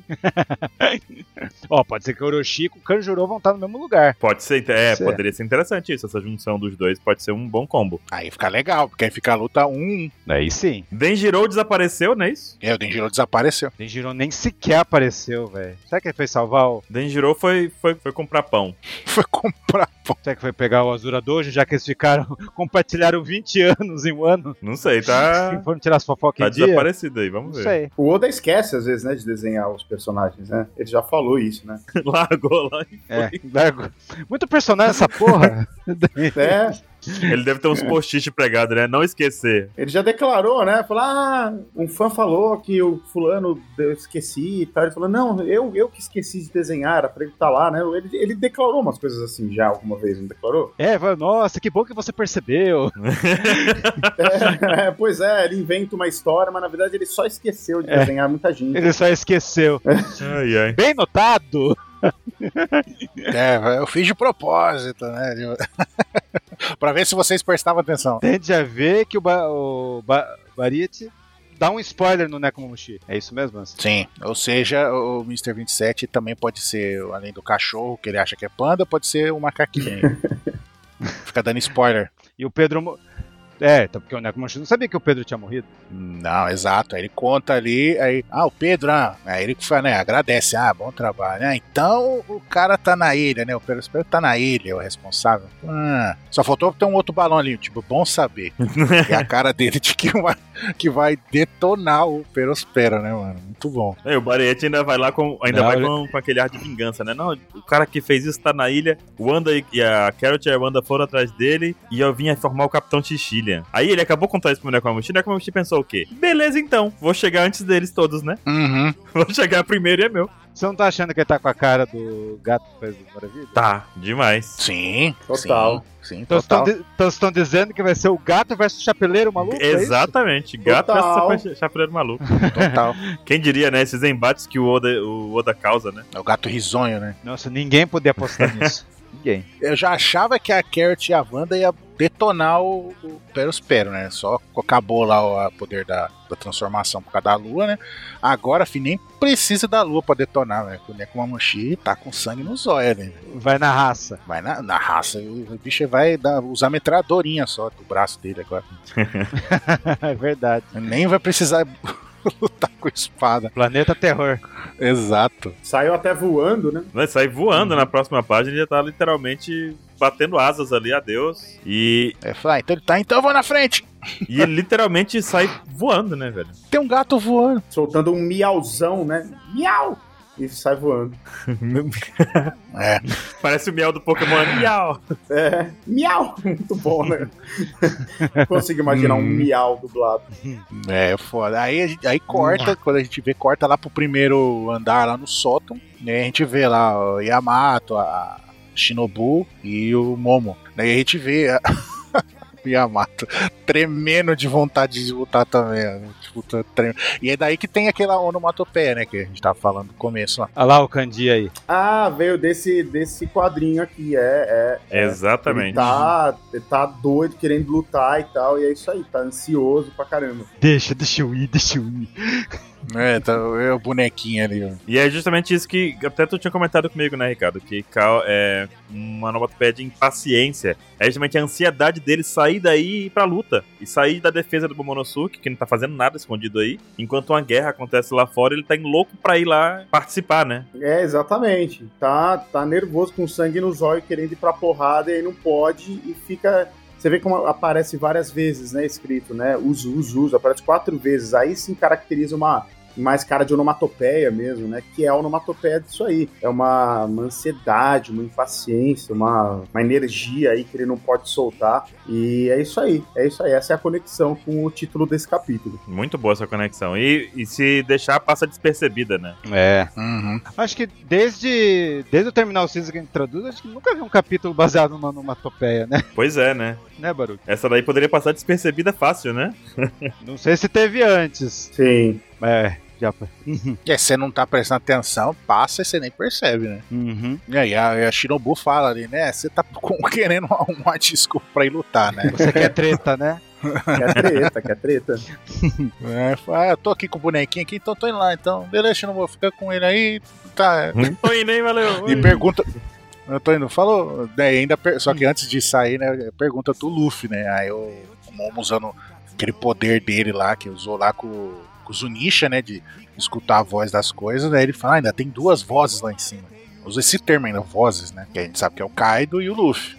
Speaker 3: Ó, pode ser que o Orochi e o Kanjuro vão estar no mesmo lugar.
Speaker 2: Pode ser, é,
Speaker 3: Certo.
Speaker 2: poderia ser interessante isso. Essa junção dos dois pode ser um bom combo.
Speaker 1: Aí fica legal, porque aí fica a luta 1.
Speaker 3: Daí sim.
Speaker 2: Denjiro desapareceu, não é isso?
Speaker 1: É, o Denjiro desapareceu.
Speaker 3: Denjiro nem sequer apareceu, velho. Será que ele foi salvar o...
Speaker 2: Denjiro foi, foi, foi comprar pão.
Speaker 1: Foi comprar pão.
Speaker 3: Será que foi pegar o Azura Dojo, já que eles ficaram... Compartilharam 20 anos em um ano?
Speaker 2: Não sei, tá.
Speaker 3: E foram tirar as fofocas
Speaker 2: Tá
Speaker 3: em dia?
Speaker 2: desaparecido aí,
Speaker 3: Não
Speaker 2: vamos ver.
Speaker 3: sei.
Speaker 4: O Oda esquece, às vezes, né, de desenhar os personagens, né? Ele já falou isso, né?
Speaker 2: Largou lá.
Speaker 3: É, largo. Muito personagem essa porra.
Speaker 4: É,
Speaker 2: Ele deve ter uns
Speaker 3: É.
Speaker 2: postiches pregados, né? Não esquecer.
Speaker 4: ele já declarou, né? Falou, ah, um fã falou que o fulano eu esqueci e tal. Ele falou, não, eu, eu que esqueci de desenhar, era pra ele estar lá, né? Ele, ele declarou umas coisas assim já alguma vez, não declarou?
Speaker 3: É, vai, nossa, que bom que você percebeu.
Speaker 4: É, é, pois é, ele inventa uma história, mas na verdade ele só esqueceu de
Speaker 3: É.
Speaker 4: desenhar muita gente.
Speaker 3: Ele só esqueceu.
Speaker 2: Ai, ai.
Speaker 3: Bem notado.
Speaker 1: É, eu fiz de propósito, né? pra ver se vocês prestavam atenção.
Speaker 3: Tende a ver que o, ba o ba Barite dá um spoiler no Nekomamushi. É isso mesmo, Anson?
Speaker 1: Sim, ou seja, o Mr. 27 também pode ser, além do cachorro que ele acha que é panda, pode ser um macaquinho. Fica dando spoiler.
Speaker 3: E o Pedro... mo- É, então, porque o Nekomamushi não sabia que o Pedro tinha morrido.
Speaker 1: Não, exato. Aí ele conta ali, aí, ah, o Pedro, ah, aí ele fala, né, agradece, ah, bom trabalho. Ah, então o cara tá na ilha, né? O Pedro, o Pedro tá na ilha, é o responsável. Ah, só faltou ter um outro balão ali, tipo, bom saber. E a cara dele de que vai, que vai detonar o Perospera, né, mano? Muito bom.
Speaker 2: Aí, É, o Barete ainda vai lá com. Ainda
Speaker 3: Não,
Speaker 2: vai
Speaker 3: ele-
Speaker 2: com, com aquele ar de vingança, né? Não, o cara que fez isso tá na ilha. O Wanda e, e a Carrot e a Wanda foram atrás dele. E eu vim formar o Capitão Chichilha. Aí ele acabou de contar isso pro Nekomamushi. O Nekomamushi pensou o quê? Beleza, então. Vou chegar antes deles todos, né?
Speaker 1: Uhum.
Speaker 2: Vou chegar primeiro e é meu.
Speaker 3: Você não tá achando que ele tá com a cara do gato que fez o Maravilha?
Speaker 2: Tá, demais.
Speaker 1: Sim.
Speaker 4: Total.
Speaker 1: Sim, sim
Speaker 3: Então vocês
Speaker 1: total.
Speaker 3: tão di- então vocês estão dizendo que vai ser o gato versus o chapeleiro maluco? é isso?
Speaker 2: Exatamente, gato
Speaker 4: Total.
Speaker 2: versus chapa- chapeleiro maluco.
Speaker 1: Total.
Speaker 2: Quem diria, né? Esses embates que o Oda, o Oda causa, né?
Speaker 1: É o gato risonho, né?
Speaker 3: Nossa, ninguém podia apostar nisso. Ninguém.
Speaker 1: Eu já achava que a Carrot e a Wanda ia detonar o, o Perospero, né? Só que acabou lá o poder da, da transformação por causa da lua, né? Agora, fi, nem precisa da lua pra detonar, né? O Nekomamushi tá com sangue nos olhos, né?
Speaker 3: Vai na raça.
Speaker 1: Vai na, na raça. O, o bicho vai dar, usar metradorinha só do braço dele agora.
Speaker 3: é verdade.
Speaker 1: Nem vai precisar lutar com espada.
Speaker 3: Planeta Terror.
Speaker 1: Exato.
Speaker 4: Saiu até voando, né?
Speaker 2: Vai sair voando na próxima página ele já tá literalmente batendo asas ali, adeus. E,
Speaker 1: É, fala, ah, então ele tá, então eu vou na frente.
Speaker 2: e ele literalmente sai voando, né, velho?
Speaker 1: Tem um gato voando.
Speaker 4: Soltando um miauzão, né? Miau! E sai voando.
Speaker 1: É,
Speaker 2: Parece o miau do Pokémon. Miau!
Speaker 4: É, miau! Muito bom, né? Consigo imaginar um
Speaker 1: Hum.
Speaker 4: miau dublado.
Speaker 1: É, é foda. Aí, a gente- aí corta, quando a gente vê, corta lá pro primeiro andar, lá no sótão. Né? A gente vê lá o Yamato, a Shinobu e o Momo. Né? E a gente vê a... o Yamato tremendo de vontade de lutar também. ó. Tipo, tá trem- E é daí que tem aquela onomatopeia, né? Que a gente tava falando no começo lá.
Speaker 3: Olha lá o Kandi aí.
Speaker 4: Ah, veio desse, desse quadrinho aqui, é, é. Ele
Speaker 2: Exatamente.
Speaker 4: tá, ele tá doido, querendo lutar e tal, e é isso aí, tá ansioso pra caramba.
Speaker 3: Deixa, deixa eu ir, deixa eu ir.
Speaker 1: É, tá, é o bonequinho ali. ó.
Speaker 2: E é justamente isso que até tu tinha comentado comigo, né, Ricardo? Que Cal é uma onomatopeia de impaciência. É justamente a ansiedade dele sair daí e ir pra luta. E sair da defesa do Momonosuke, que não tá fazendo nada escondido aí. Enquanto uma guerra acontece lá fora, ele tá em louco pra ir lá participar, né?
Speaker 4: É, exatamente. Tá, tá nervoso com sangue nos olhos, querendo ir pra porrada e aí não pode e fica. Você vê como aparece várias vezes, né? Escrito, né? Uso, uso, uso. Aparece quatro vezes. Aí sim caracteriza uma mais cara de onomatopeia mesmo, né? Que é a onomatopeia disso aí. É uma, uma ansiedade, uma impaciência, uma, uma energia aí que ele não pode soltar. E é isso aí. É isso aí. Essa é a conexão com o título desse capítulo.
Speaker 2: Muito boa essa conexão. E, e se deixar, passa despercebida, né?
Speaker 3: É.
Speaker 1: Uhum.
Speaker 3: Acho que desde, desde o Terminal Cinza que a gente traduz, acho que nunca vi um capítulo baseado numa onomatopeia, né?
Speaker 2: Pois é, né?
Speaker 3: Né, Baruch?
Speaker 2: Essa daí poderia passar despercebida fácil, né?
Speaker 3: Não sei se teve antes.
Speaker 4: Sim.
Speaker 3: É, já.
Speaker 1: E aí, você não tá prestando atenção, passa e você nem percebe, né?
Speaker 3: Uhum.
Speaker 1: E aí a, a Shinobu fala ali, né? Você tá com- querendo arrumar desculpa pra ir lutar, né?
Speaker 3: Você quer treta, né?
Speaker 4: Quer treta, quer treta.
Speaker 1: É, fala, ah, eu tô aqui com o bonequinho aqui, então tô indo lá, então. Beleza, Shinobu, fica com ele aí, tá.
Speaker 3: Hum.
Speaker 2: Oi, nem valeu.
Speaker 1: E pergunta. Eu tô indo, falou. Daí ainda, per- só que antes de sair, né? Pergunta do Luffy, né? Aí o o Momo usando aquele poder dele lá, que usou lá com, com o Zunisha, né? De escutar a voz das coisas. Daí ele fala, ah, ainda tem duas vozes lá em cima. Usa esse termo ainda, vozes, né? Que a gente sabe que é o Kaido e o Luffy.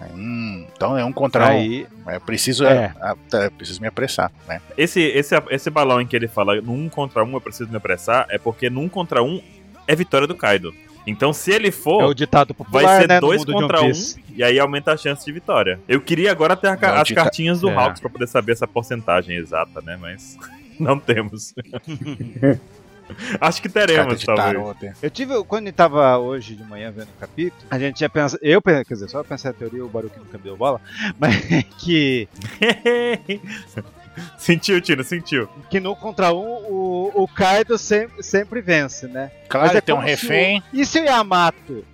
Speaker 1: Aí, hum, então é um contra um.
Speaker 3: Aí,
Speaker 1: É preciso,
Speaker 3: É.
Speaker 1: ah, tá, preciso me apressar, né?
Speaker 2: Esse, esse, esse balão em que ele fala no 1 contra 1 eu preciso me apressar é porque no 1 contra 1 é vitória do Kaido. Então se ele for,
Speaker 3: é o ditado popular,
Speaker 2: vai ser
Speaker 3: né, no
Speaker 2: 2
Speaker 3: mundo de One
Speaker 2: contra 1
Speaker 3: Piece.
Speaker 2: e aí aumenta a chance de vitória. Eu queria agora ter a ca-
Speaker 1: Não,
Speaker 2: as
Speaker 1: dita-
Speaker 2: cartinhas do
Speaker 1: é.
Speaker 2: Hawks pra poder saber essa porcentagem exata, né? Mas não temos. Acho que teremos,
Speaker 1: Carta de
Speaker 2: É, talvez.
Speaker 1: tarô, né. tem.
Speaker 3: Eu tive, quando eu tava hoje de manhã vendo o capítulo, a gente tinha pensado, eu pensei, quer dizer, só eu pensei a teoria, o Baruque nunca deu bola, mas que,
Speaker 2: sentiu, Tino, sentiu.
Speaker 3: que no contra um o, o Kaido sempre, sempre vence, né?
Speaker 1: Claro
Speaker 3: Mas é
Speaker 1: que tem um
Speaker 3: como se o-
Speaker 1: refém.
Speaker 3: E se o Yamato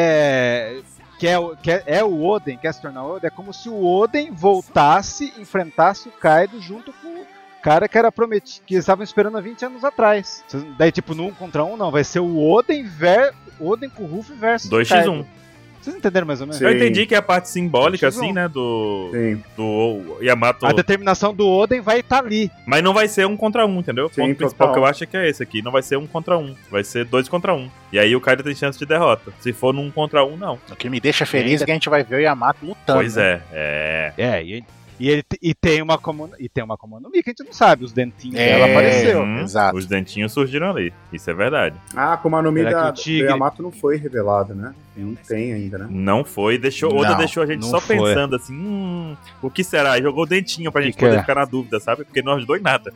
Speaker 3: é, quer, o- quer, é o Oden, quer se tornar o Oden, é como se o Oden voltasse, enfrentasse o Kaido junto com o cara que era prometido, que eles estavam esperando há 20 anos atrás. Vocês- Daí, tipo, no um contra um, não, vai ser o Oden, ver, Oden com o Ruffy versus o Kaido.
Speaker 2: 2x1.
Speaker 3: Vocês entenderam mais ou menos?
Speaker 4: Sim.
Speaker 2: Eu entendi que é a parte simbólica,
Speaker 3: 2x1.
Speaker 2: assim, né? Do,
Speaker 4: Sim,
Speaker 2: do Yamato.
Speaker 3: A determinação do Oden vai estar ali.
Speaker 2: Mas não vai ser um contra um, entendeu? O
Speaker 4: Sim,
Speaker 2: ponto principal
Speaker 4: total.
Speaker 2: que eu acho é que é esse aqui. Não vai ser um contra um. Vai ser dois contra um. E aí o Kaido tem chance de derrota. Se for num contra um, não.
Speaker 1: O que me deixa feliz é que a gente vai ver o Yamato
Speaker 3: Tá,
Speaker 1: lutando.
Speaker 2: pois
Speaker 1: né?
Speaker 2: é, é.
Speaker 3: É, e, e ele te- e tem uma Komono, e tem uma Komono Mi que a gente não sabe, os dentinhos dela
Speaker 1: É,
Speaker 3: apareceu.
Speaker 2: Uhum.
Speaker 1: exato.
Speaker 2: Os dentinhos surgiram ali. Isso é verdade.
Speaker 4: Ah, como a nome
Speaker 3: Será que
Speaker 4: da,
Speaker 3: o
Speaker 4: do
Speaker 3: tigre-
Speaker 4: Yamato não foi revelado, né? Não tem ainda, né?
Speaker 2: Não foi. Deixou, Oda
Speaker 1: Não,
Speaker 2: deixou a gente
Speaker 3: não
Speaker 2: só
Speaker 3: foi.
Speaker 2: pensando assim: hum, o que será? E Jogou o dentinho pra gente
Speaker 3: Que que
Speaker 2: poder
Speaker 3: é?
Speaker 2: ficar na dúvida, sabe? Porque não ajudou em nada.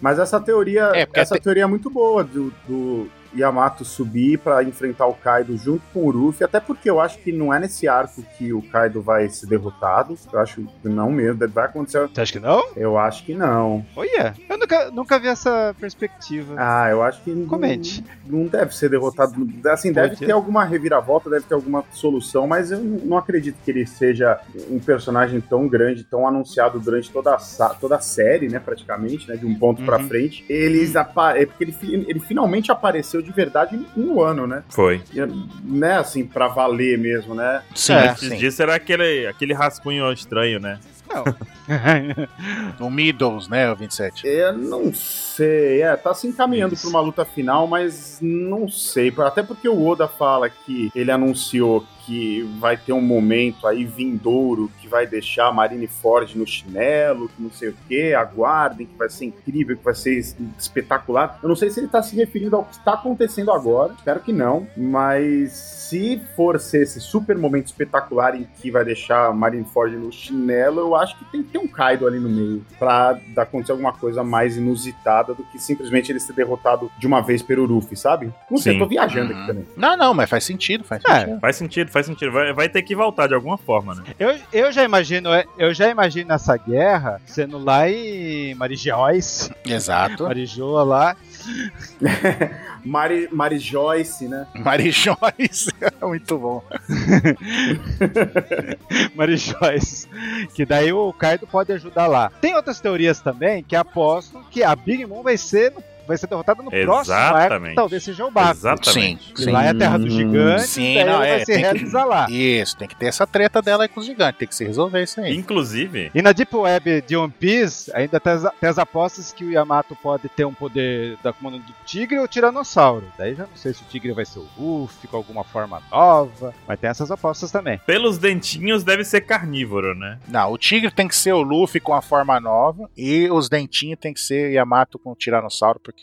Speaker 4: Mas essa teoria,
Speaker 1: É, porque
Speaker 4: essa teoria é muito boa do, do Yamato subir pra enfrentar o Kaido junto com o Ruffy, até porque eu acho que não é nesse arco que o Kaido vai ser derrotado. Eu acho que não mesmo, vai acontecer.
Speaker 3: Você acha que não?
Speaker 4: Eu acho que não.
Speaker 3: Olha, eu nunca, nunca vi essa perspectiva.
Speaker 4: Ah, eu acho que não-
Speaker 3: Comente.
Speaker 4: Não, deve ser derrotado. Assim, deve
Speaker 3: Pode.
Speaker 4: ter alguma reviravolta, deve ter alguma solução, mas eu não acredito que ele seja um personagem tão grande, tão anunciado durante toda a, sa- toda a série, né, praticamente, né, de um ponto pra
Speaker 3: Uhum.
Speaker 4: frente. Eles apa- é porque ele, fi- ele finalmente apareceu de verdade em um ano, né?
Speaker 2: Foi.
Speaker 4: E, Né, assim, pra valer mesmo, né?
Speaker 1: Sim,
Speaker 3: É,
Speaker 2: Antes disso era aquele, aquele rascunho estranho, né?
Speaker 1: No Middles, né, o 27.
Speaker 4: Eu É, não sei, é, tá se encaminhando
Speaker 3: Isso.
Speaker 4: pra uma luta final, mas não sei. Até porque o Oda fala que ele anunciou que vai ter um momento aí vindouro que vai deixar a Marineford no chinelo, que não sei o que, aguardem, que vai ser incrível, que vai ser es- espetacular. Eu não sei se ele tá se referindo ao que está acontecendo agora, espero que não, mas se for ser esse super momento espetacular em que vai deixar a Marineford no chinelo, eu acho que tem que ter um Kaido ali no meio pra dar- acontecer alguma coisa mais inusitada do que simplesmente ele ser derrotado de uma vez pelo Ruffy, sabe? Não sei,
Speaker 2: Sim.
Speaker 4: tô viajando
Speaker 1: Uhum.
Speaker 4: aqui também.
Speaker 1: Não, não, mas faz sentido, faz
Speaker 3: É.
Speaker 1: sentido.
Speaker 2: Faz sentido, faz sentido. Vai, vai ter que voltar de alguma forma, né?
Speaker 3: Eu, eu já imagino, é, eu já imagino essa guerra sendo lá em Marijóis,
Speaker 1: Exato.
Speaker 3: Marijoa lá.
Speaker 4: Mari, Mari Joyce, né?
Speaker 1: Marijóis, é muito bom.
Speaker 3: Marijóis. Que daí o Kaido pode ajudar lá. Tem outras teorias também que apostam que a Big Mom vai ser vai ser derrotado no próximo arco,
Speaker 2: Exatamente.
Speaker 3: que talvez seja o Baco.
Speaker 2: Exatamente.
Speaker 1: Sim,
Speaker 3: E
Speaker 1: sim.
Speaker 3: lá é a terra dos
Speaker 4: Hum,
Speaker 3: gigantes,
Speaker 1: sim,
Speaker 3: daí
Speaker 1: não,
Speaker 3: ela
Speaker 1: é,
Speaker 3: vai se
Speaker 1: tem que-
Speaker 3: realizar lá.
Speaker 1: Isso, tem que ter essa treta dela aí com os gigantes, tem que se resolver isso aí.
Speaker 2: Inclusive,
Speaker 3: E na Deep Web de One Piece, ainda tem as, tem as apostas que o Yamato pode ter um poder da comando do tigre ou tiranossauro. Daí já não sei se o tigre vai ser o Luffy, com alguma forma nova. Mas tem essas apostas também.
Speaker 2: pelos dentinhos deve ser carnívoro, né?
Speaker 1: Não, o tigre tem que ser o Luffy com a forma nova e os dentinhos tem que ser Yamato com o Tiranossauro, porque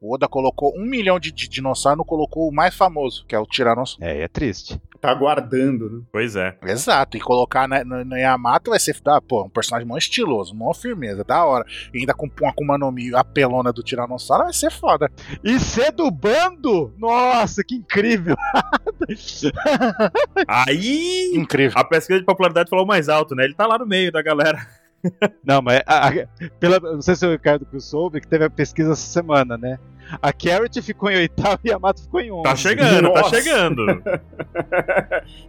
Speaker 1: o Oda colocou um milhão de, de dinossauro, não colocou o mais famoso, que é o Tiranossauro.
Speaker 3: É, é triste.
Speaker 4: Tá aguardando, né?
Speaker 2: Pois é.
Speaker 1: Exato, e colocar na, no, no Yamato vai ser, ah, pô, um personagem mó estiloso, mó firmeza, da hora. E ainda com uma Akuma no Mi, a pelona do Tiranossauro, vai ser foda.
Speaker 3: E ser do bando? Nossa, que incrível!
Speaker 4: É.
Speaker 2: Aí.
Speaker 1: Incrível.
Speaker 2: A pesquisa de popularidade falou mais alto, né? Ele tá lá no meio da galera.
Speaker 3: Não, mas a- a- pela, não sei se o Ricardo que soube que teve a pesquisa essa semana, né? A Carrot ficou em oitavo e a Yamato ficou em
Speaker 2: Tá
Speaker 3: onze.
Speaker 2: chegando, tá
Speaker 4: Nossa.
Speaker 2: chegando.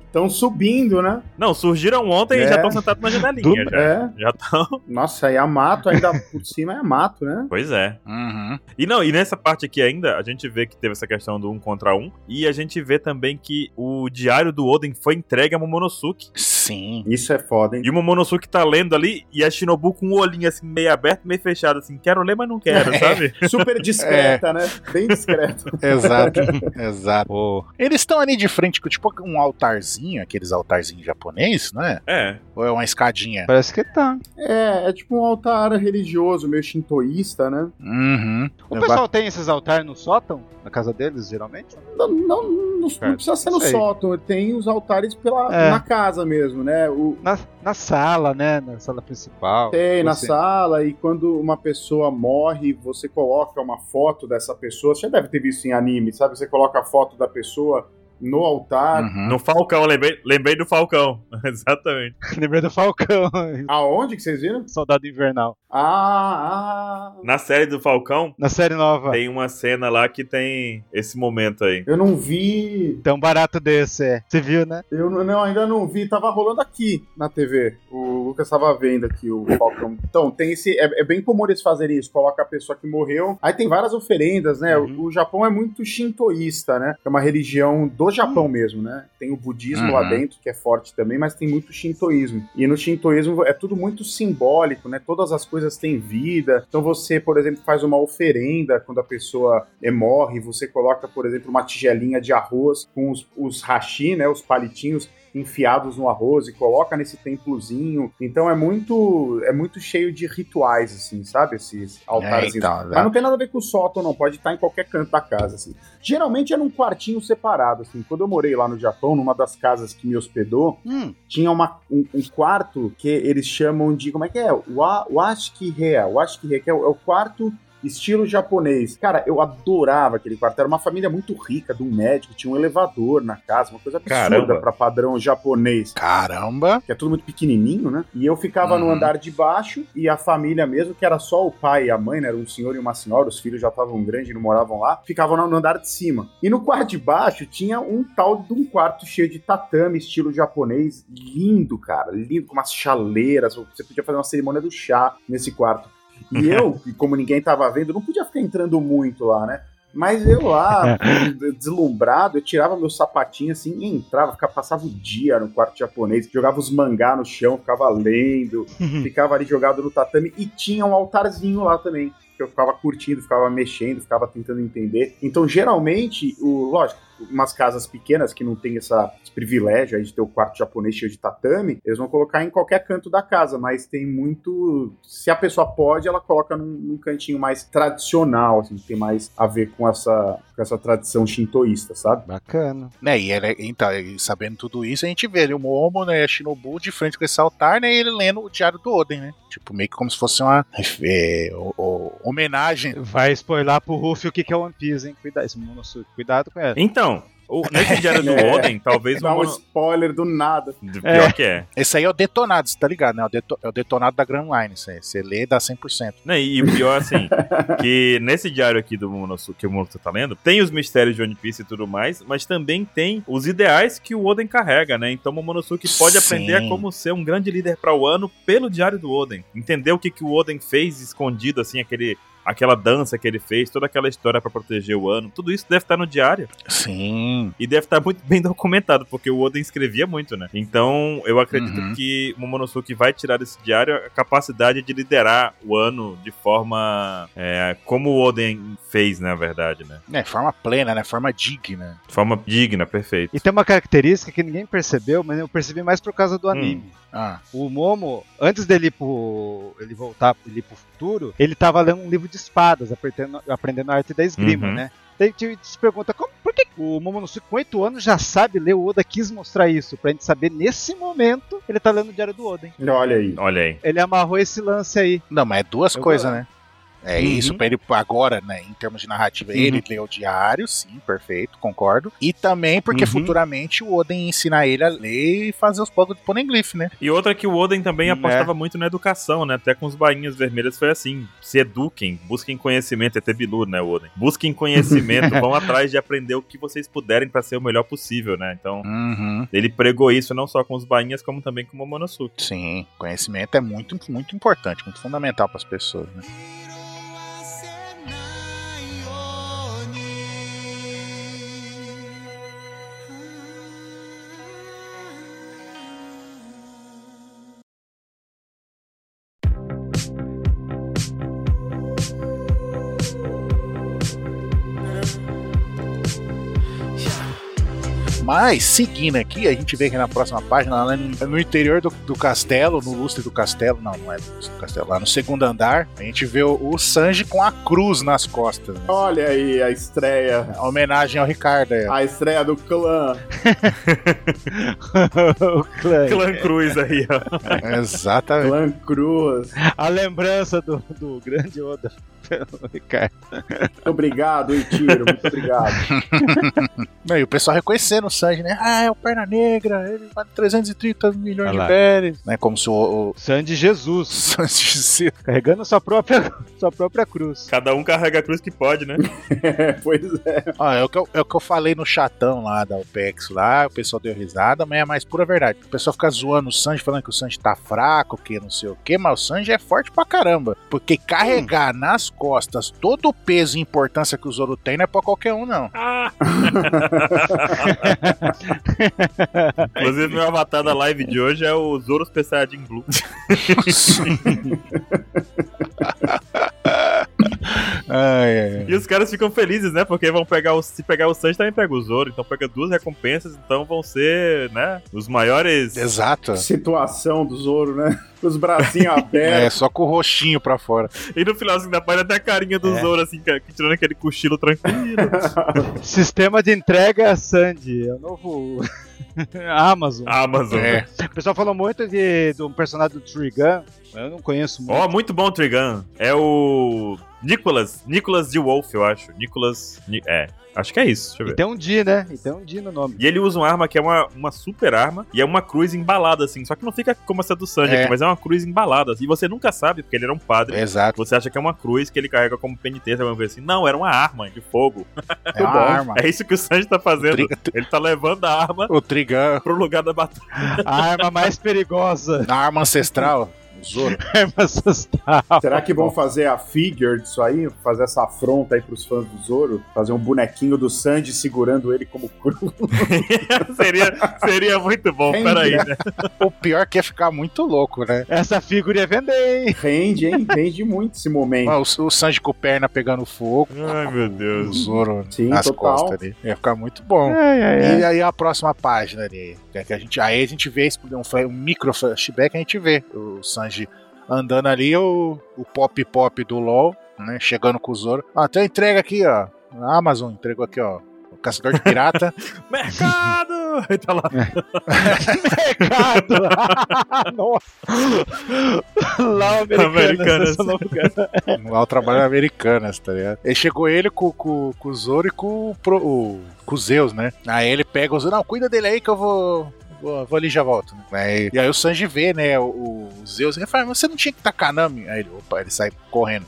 Speaker 4: Estão subindo, né?
Speaker 2: Não, surgiram ontem e
Speaker 4: É.
Speaker 2: já estão sentados na janelinha.
Speaker 3: Do-
Speaker 2: Já.
Speaker 4: É.
Speaker 2: Já estão.
Speaker 4: Nossa, Yamato ainda por cima é Yamato, né?
Speaker 2: Pois é.
Speaker 1: Uhum.
Speaker 2: E não, e nessa parte aqui ainda, a gente vê que teve essa questão do um contra um. E a gente vê também que o diário do Oden foi entregue a Momonosuke.
Speaker 1: Sim.
Speaker 4: Isso é foda, hein?
Speaker 2: E o Momonosuke tá lendo ali e a Shinobu com o olhinho assim, meio aberto, meio fechado, assim, quero ler, mas não quero,
Speaker 4: É.
Speaker 2: sabe?
Speaker 4: Super discreta, né? Bem discreta.
Speaker 1: Exato, exato.
Speaker 3: Pô,
Speaker 1: Eles estão ali de frente com tipo um altarzinho, aqueles altarzinhos japonês, né?
Speaker 2: É.
Speaker 1: Ou é uma escadinha?
Speaker 3: parece que tá.
Speaker 4: É, é tipo um altar religioso, meio shintoísta, né?
Speaker 1: Uhum.
Speaker 3: O pessoal tem esses altares no sótão? Na casa deles, geralmente?
Speaker 4: Não, não, não- não
Speaker 3: Cara,
Speaker 4: precisa ser no
Speaker 3: sei.
Speaker 4: sótão, tem os altares pela,
Speaker 3: É.
Speaker 4: na casa mesmo, né? O,
Speaker 3: Na, na sala, né? Na sala principal.
Speaker 4: tem na
Speaker 3: Você-
Speaker 4: sala, e quando uma pessoa morre, você coloca uma foto dessa pessoa. Você já deve ter visto em anime, sabe? Você coloca a foto da pessoa no altar.
Speaker 1: Uhum.
Speaker 2: No Falcão, lembrei, lembrei do Falcão. Exatamente.
Speaker 3: Lembrei do Falcão,
Speaker 4: Aonde que vocês viram?
Speaker 3: Soldado Invernal.
Speaker 4: Ah, ah.
Speaker 2: Na série do Falcão,
Speaker 3: Na série nova. Tem,
Speaker 2: tem uma cena lá que tem esse momento aí.
Speaker 4: Eu não vi.
Speaker 3: um barato desse, é. Você viu, né?
Speaker 4: Eu não, não, ainda não vi. Tava rolando aqui na TV. O Lucas tava vendo aqui o Falcão. Então, tem esse. É, é bem comum eles fazerem isso. Coloca a pessoa que morreu. Aí tem várias oferendas, né?
Speaker 3: Uhum.
Speaker 4: O, o Japão é muito shintoísta, né? É uma religião do Japão mesmo, né? Tem o budismo lá
Speaker 1: Uhum.
Speaker 4: dentro, que é forte também, mas tem muito shintoísmo. E no shintoísmo é tudo muito simbólico, né? Todas as coisas têm vida. Então você, por exemplo, faz uma oferenda quando a pessoa é, morre, você coloca, por exemplo, uma tigelinha de arroz com os, os hashi, né, os palitinhos enfiados no arroz e coloca nesse templozinho. Então é muito é muito cheio de rituais assim, sabe? Esses
Speaker 1: É,
Speaker 4: altares.
Speaker 1: então,
Speaker 4: Mas não tem nada a ver com o sótão, não. Pode estar em qualquer canto da casa, assim. Geralmente era um quartinho separado, assim. Quando eu morei lá no Japão, numa das casas que me hospedou,
Speaker 3: Hum.
Speaker 4: tinha uma, um, um quarto que eles chamam de. Como é que é? Wa- Washikihea. Washikihea, que é o, é o quarto estilo japonês. Cara, eu adorava aquele quarto. Era uma família muito rica, de um médico, tinha um elevador na casa, uma coisa absurda
Speaker 2: Caramba.
Speaker 4: para padrão japonês
Speaker 1: Caramba!
Speaker 4: que é tudo muito pequenininho, né? E eu ficava no
Speaker 1: Uhum.
Speaker 4: andar de baixo e a família mesmo, que era só o pai e a mãe, né? Era um senhor e uma senhora, os filhos já estavam grandes e não moravam lá, ficavam no andar de cima. E no quarto de baixo tinha um tal de um quarto cheio de tatame, estilo japonês, lindo, cara, lindo, com umas chaleiras, você podia fazer uma cerimônia do chá nesse quarto. E eu, como ninguém tava vendo, não podia ficar entrando muito lá, né? Mas eu lá, deslumbrado, eu tirava meu sapatinho assim e entrava, ficava, passava o dia no quarto japonês, jogava os mangá no chão, ficava lendo, ficava ali jogado no tatame e tinha um altarzinho lá também. Que eu ficava curtindo, ficava mexendo, ficava tentando entender. Então, geralmente, o, lógico, umas casas pequenas que não tem essa, esse privilégio aí de ter o quarto japonês cheio de tatame, eles vão colocar em qualquer canto da casa, mas tem muito. Se a pessoa pode, ela coloca num, num cantinho mais tradicional, assim, que tem mais a ver com essa, com essa tradição shintoísta, sabe?
Speaker 3: Bacana.
Speaker 1: Né, e ele, então, e sabendo tudo isso, a gente vê ali o Momo, né, a Shinobu de frente com esse altar, né, e ele lendo o Diário do Oden, né? Tipo, meio que como se fosse uma é, o- o- homenagem.
Speaker 3: Vai spoiler pro Ruffy o que que é One Piece, hein? Cuidado, esse Momonosuke, cuidado com ela.
Speaker 2: Então, o, nesse diário do
Speaker 4: É.
Speaker 2: Oden, talvez o
Speaker 4: Dá um
Speaker 2: Mono...
Speaker 4: spoiler do nada.
Speaker 2: Pior que é.
Speaker 1: Esse aí é o detonado, você tá ligado, né? O deto- É o detonado da Grand Line, isso aí. Você lê e dá 100%.
Speaker 2: Né, E o pior, assim, que nesse diário aqui do Momonosuke, que o Momonosuke tá lendo, tem os mistérios de One Piece e tudo mais, mas também tem os ideais que o Oden carrega, né? Então o Momonosuke pode
Speaker 1: Sim.
Speaker 2: aprender a como ser um grande líder para o ano pelo diário do Oden. Entender o que, que o Oden fez escondido, assim, aquele... aquela dança que ele fez, toda aquela história pra proteger o ano, tudo isso deve estar no diário
Speaker 1: Sim.
Speaker 2: e deve estar muito bem documentado, porque o Oda escrevia muito, né? Então, eu acredito
Speaker 1: Uhum.
Speaker 2: que Momonosuke vai tirar desse diário a capacidade de liderar o ano de forma é, como o Oden fez, na verdade, né?
Speaker 1: É, forma plena, né? Forma digna.
Speaker 2: De forma digna, perfeito.
Speaker 3: E tem uma característica que ninguém percebeu, mas eu percebi mais por causa do anime.
Speaker 1: Ah,
Speaker 3: O Momo, antes dele ir pro, ele voltar ele ir pro futuro, ele tava lendo um livro de espadas, aprendendo, aprendendo a arte da esgrima,
Speaker 2: Uhum.
Speaker 3: né? Daí a gente se pergunta, como, por que o Momonosuke com 8 anos já sabe ler? O Oda quis mostrar isso, pra gente saber nesse momento ele tá lendo o Diário do Oda, hein?
Speaker 4: Olha aí.
Speaker 2: Olha aí.
Speaker 3: Ele amarrou esse lance aí.
Speaker 1: não, mas é duas
Speaker 3: Eu
Speaker 1: coisas,
Speaker 3: vou-
Speaker 1: né? É
Speaker 2: Uhum.
Speaker 1: isso, pra ele agora, né? Em termos de narrativa,
Speaker 2: Uhum.
Speaker 1: ele lê o diário, sim, perfeito, concordo. E também porque
Speaker 2: Uhum.
Speaker 1: futuramente o Oden ensina ele a ler e fazer os bagulho de poneglyph, né?
Speaker 2: E outra é que o Oden também
Speaker 3: Né?
Speaker 2: apostava muito na educação, né? Até com os bainhas vermelhas foi assim: se eduquem, busquem conhecimento. É até Bilu, né, Oden? Busquem conhecimento, vão atrás de aprender o que vocês puderem pra ser o melhor possível, né? Então,
Speaker 1: Uhum.
Speaker 2: ele pregou isso não só com os bainhas, como também com o Momonosuke.
Speaker 1: Sim, conhecimento é muito, muito importante, muito fundamental para as pessoas. Né?
Speaker 5: 色褪せないように」
Speaker 1: Mas, seguindo aqui, a gente vê que na próxima página, lá no, no interior do, do castelo, no lustre do castelo, não, não é no lustre do castelo, lá no segundo andar, a gente vê o, o Sanji com a cruz nas costas. Né?
Speaker 4: Olha aí a estreia.
Speaker 1: A homenagem ao Ricardo. aí, ó.
Speaker 4: A estreia do clã.
Speaker 3: O clã.
Speaker 2: Clã Cruz aí, ó.
Speaker 1: Exatamente.
Speaker 4: Clã Cruz.
Speaker 3: A lembrança do, do grande Oda pelo Ricardo.
Speaker 4: Muito obrigado, Itiro. Muito obrigado.
Speaker 1: Não, e o pessoal reconhecendo o Sanji, né? Ah, é o Perna Negra, ele vale 330 milhões
Speaker 3: Olha
Speaker 1: de
Speaker 3: lá.
Speaker 1: berries. Né? Como se o, o
Speaker 3: Sandy Jesus,
Speaker 1: Sanji se
Speaker 3: carregando sua própria, sua própria cruz.
Speaker 2: Cada um carrega a cruz que pode, né?
Speaker 4: pois é.
Speaker 1: Ah, é, o que eu, é o que eu falei no chatão lá da OPEX lá, o pessoal deu risada, mas é mais pura verdade. O pessoal fica zoando o Sanji, falando que o Sanji tá fraco, que não sei o que, mas o Sanji é forte pra caramba. Porque carregar nas costas todo o peso e importância que o Zoro tem não é pra qualquer um, não.
Speaker 2: Ah! Inclusive, meu avatar da live de hoje é o Zoros Pessadinho Blue.
Speaker 1: ai, ai, ai.
Speaker 2: E os caras ficam felizes, né? Porque vão pegar o, se pegar o Sanji, também pega o Zoro. Então pega duas recompensas, então vão ser, né? Os maiores.
Speaker 1: Exato.
Speaker 4: Situação do Zoro, né? Com os bracinhos
Speaker 1: É,
Speaker 4: abertos.
Speaker 1: só com o roxinho pra fora.
Speaker 2: E no finalzinho da página até a carinha do Zoro, assim, que- que tirando aquele cochilo tranquilo.
Speaker 3: Sistema de entrega Sandy, é o novo
Speaker 2: Ah.
Speaker 3: Amazon.
Speaker 2: Amazon.
Speaker 1: É.
Speaker 3: O pessoal falou muito de, de um personagem do Trigun, mas eu não conheço muito.
Speaker 2: Ó, muito bom o Trigun. É o. Nicholas. Nicholas de Wolf, eu acho. Nicholas. Ni- É. Acho que é isso. Deixa eu ver.
Speaker 3: E tem um D, né? E tem um D no nome.
Speaker 2: E ele usa uma arma que é uma, uma super arma e é uma cruz embalada, assim. Só que não fica como essa do Sanji
Speaker 1: É.
Speaker 2: aqui, mas é uma cruz embalada. E você nunca sabe, porque ele era um padre.
Speaker 1: Exato.
Speaker 2: Você acha que é uma cruz que ele carrega como penitência, vamos ver assim. Não, era uma arma de fogo.
Speaker 1: É uma
Speaker 4: bom.
Speaker 1: arma.
Speaker 2: É isso que o Sanji tá fazendo.
Speaker 1: O Trigun-
Speaker 2: Ele tá levando a arma
Speaker 1: O Trigan,
Speaker 2: pro lugar da batalha.
Speaker 3: A arma mais perigosa.
Speaker 1: a arma ancestral, o Zoro.
Speaker 3: A arma assustada.
Speaker 4: Será que vão fazer a figure disso aí? Fazer essa afronta aí pros fãs do Zoro? Fazer um bonequinho do Sanji segurando ele como cruz?
Speaker 2: seria, seria muito bom,
Speaker 4: Quem
Speaker 2: peraí, né?
Speaker 1: O pior que é ficar muito louco, né?
Speaker 3: Essa figura ia vender, hein?
Speaker 4: Rende, hein? Rende muito esse momento.
Speaker 1: Ah, o, o Sanji com perna pegando fogo,
Speaker 2: Ai, meu
Speaker 1: o
Speaker 2: Deus.
Speaker 1: Zoro
Speaker 4: Sim,
Speaker 1: nas
Speaker 4: total.
Speaker 1: costas ali. Ia ficar muito bom.
Speaker 3: Ai, ai, ai.
Speaker 1: E aí a próxima página ali, que é que a gente, aí a gente vê esse- um, fla- um micro flashback, a gente vê o Sanji andando ali, o, o pop pop do LoL, né, chegando com o Zoro. Ah, tem uma entrega aqui, ó, na Amazon, entregou aqui, ó, o Caçador de Pirata.
Speaker 2: Mercado! Ele tá lá.
Speaker 3: Mercado! Nossa! Lá o
Speaker 2: Americanas.
Speaker 3: americano. esse é o
Speaker 2: assim.
Speaker 3: nome do cara.
Speaker 1: Lá o trabalho é Americanas, tá ligado? E chegou ele com, com, com o Zoro e com o, Pro- o- com o Zeus, né? Aí ele pega o Zoro, não, cuida dele aí que eu vou. Vou, vou ali e já volto. né? Aí- e aí o Sanji vê, né? O, o Zeus, ele fala, mas você não tinha que estar com a Nami? Aí ele, opa, ele sai correndo.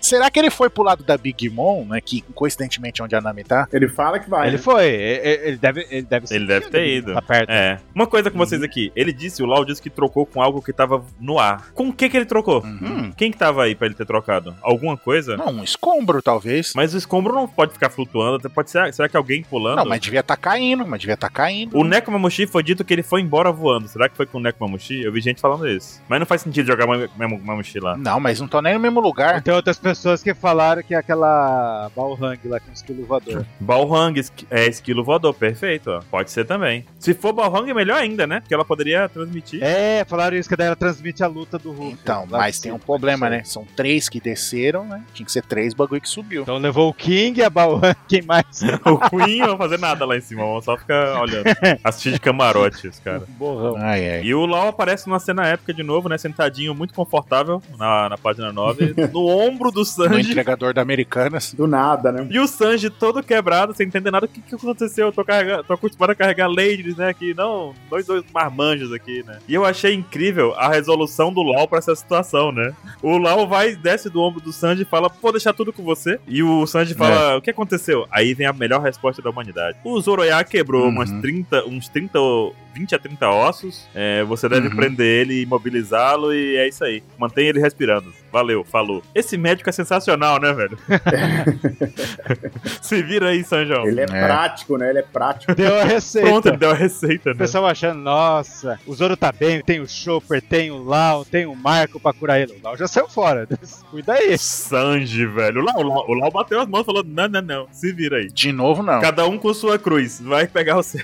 Speaker 1: Será que ele foi pro lado da Big Mom, né? Que coincidentemente é onde a Nami tá?
Speaker 4: Ele fala que vai.
Speaker 3: Ele
Speaker 4: né?
Speaker 3: foi, e- e- ele deve, ele deve,
Speaker 2: Ele deve ter
Speaker 3: ele
Speaker 2: ido.
Speaker 3: Tá perto.
Speaker 2: É. Uma coisa com vocês aqui. Ele disse, o Lau disse que trocou com algo que tava no ar. Com o que que ele trocou?
Speaker 1: Uhum.
Speaker 2: Hum, Quem que tava aí pra ele ter trocado? Alguma coisa?
Speaker 1: Não, um escombro, talvez.
Speaker 2: Mas o escombro não pode ficar flutuando. até Pode ser, será que alguém pulando?
Speaker 1: Não, mas devia estar caindo, mas devia estar caindo.
Speaker 2: O Nekomamushi foi dito que ele foi embora voando. Será que foi com o Nekomamushi? Eu vi gente falando isso. Mas não faz sentido jogar Ma- Ma- Mamushi lá.
Speaker 1: Não, mas não tô nem no mesmo lugar.
Speaker 3: Tem outras pessoas que falaram que é aquela Balhang lá com esquilo voador.
Speaker 2: Balhang esqui- é esquilo voador, perfeito. Ó. Pode ser também. Se for Balhang, é melhor ainda, né? Porque ela poderia transmitir.
Speaker 3: É, falaram isso, que daí ela transmite a luta do Hulk.
Speaker 1: Então,
Speaker 3: Lá
Speaker 1: mas
Speaker 3: do
Speaker 1: tem um
Speaker 3: circo,
Speaker 1: problema,
Speaker 3: não sei.
Speaker 1: né? São três que desceram, né? Tinha que ser três bagulho que subiu.
Speaker 3: Então levou o King, a Balhang, quem mais?
Speaker 2: O Queen não vai fazer nada lá em cima, vão só ficar olhando. Assistir de camarote, os cara.
Speaker 3: Borrão.
Speaker 1: Ai, ai.
Speaker 2: E o Lau aparece numa cena épica de novo, né? Sentadinho, muito confortável, na, na página 9, no ombro
Speaker 1: No
Speaker 2: do Sanji.
Speaker 1: entregador da Americanas.
Speaker 4: Do nada, né?
Speaker 2: E o Sanji todo quebrado, sem entender nada. O que, que aconteceu? Eu tô, carrega- tô acostumado a carregar ladies, né? Aqui, não, dois, dois marmanjos aqui, né? E eu achei incrível a resolução do Lau pra essa situação, né? O Lau vai, desce do ombro do Sanji e fala, vou deixar tudo com você. E o
Speaker 1: É.
Speaker 2: Sanji fala, o que aconteceu? Aí vem a melhor resposta da humanidade. O Zoroyaki quebrou
Speaker 1: Uhum.
Speaker 2: umas 30, uns 30, ou 20 a 30 ossos. É, você deve
Speaker 1: Uhum.
Speaker 2: prender ele, imobilizá-lo e é isso aí. Mantenha ele respirando. Valeu, falou. Esse médico é sensacional, né, velho? Se vira aí, São João.
Speaker 4: Ele é,
Speaker 1: É.
Speaker 4: prático, né? Ele é prático.
Speaker 3: Deu a receita.
Speaker 2: Pronto, ele deu a receita,
Speaker 3: O
Speaker 2: né?
Speaker 3: pessoal achando, nossa, o Zoro tá bem, tem o Chopper, tem o Lau, tem o Marco pra curar ele. O Lau já saiu fora, cuida aí.
Speaker 2: Sanji, velho. O Lau, o Lau- o Lau bateu as mãos e falou: não, não, não, se vira aí.
Speaker 1: De novo, não.
Speaker 2: Cada um com sua cruz, vai pegar o seu.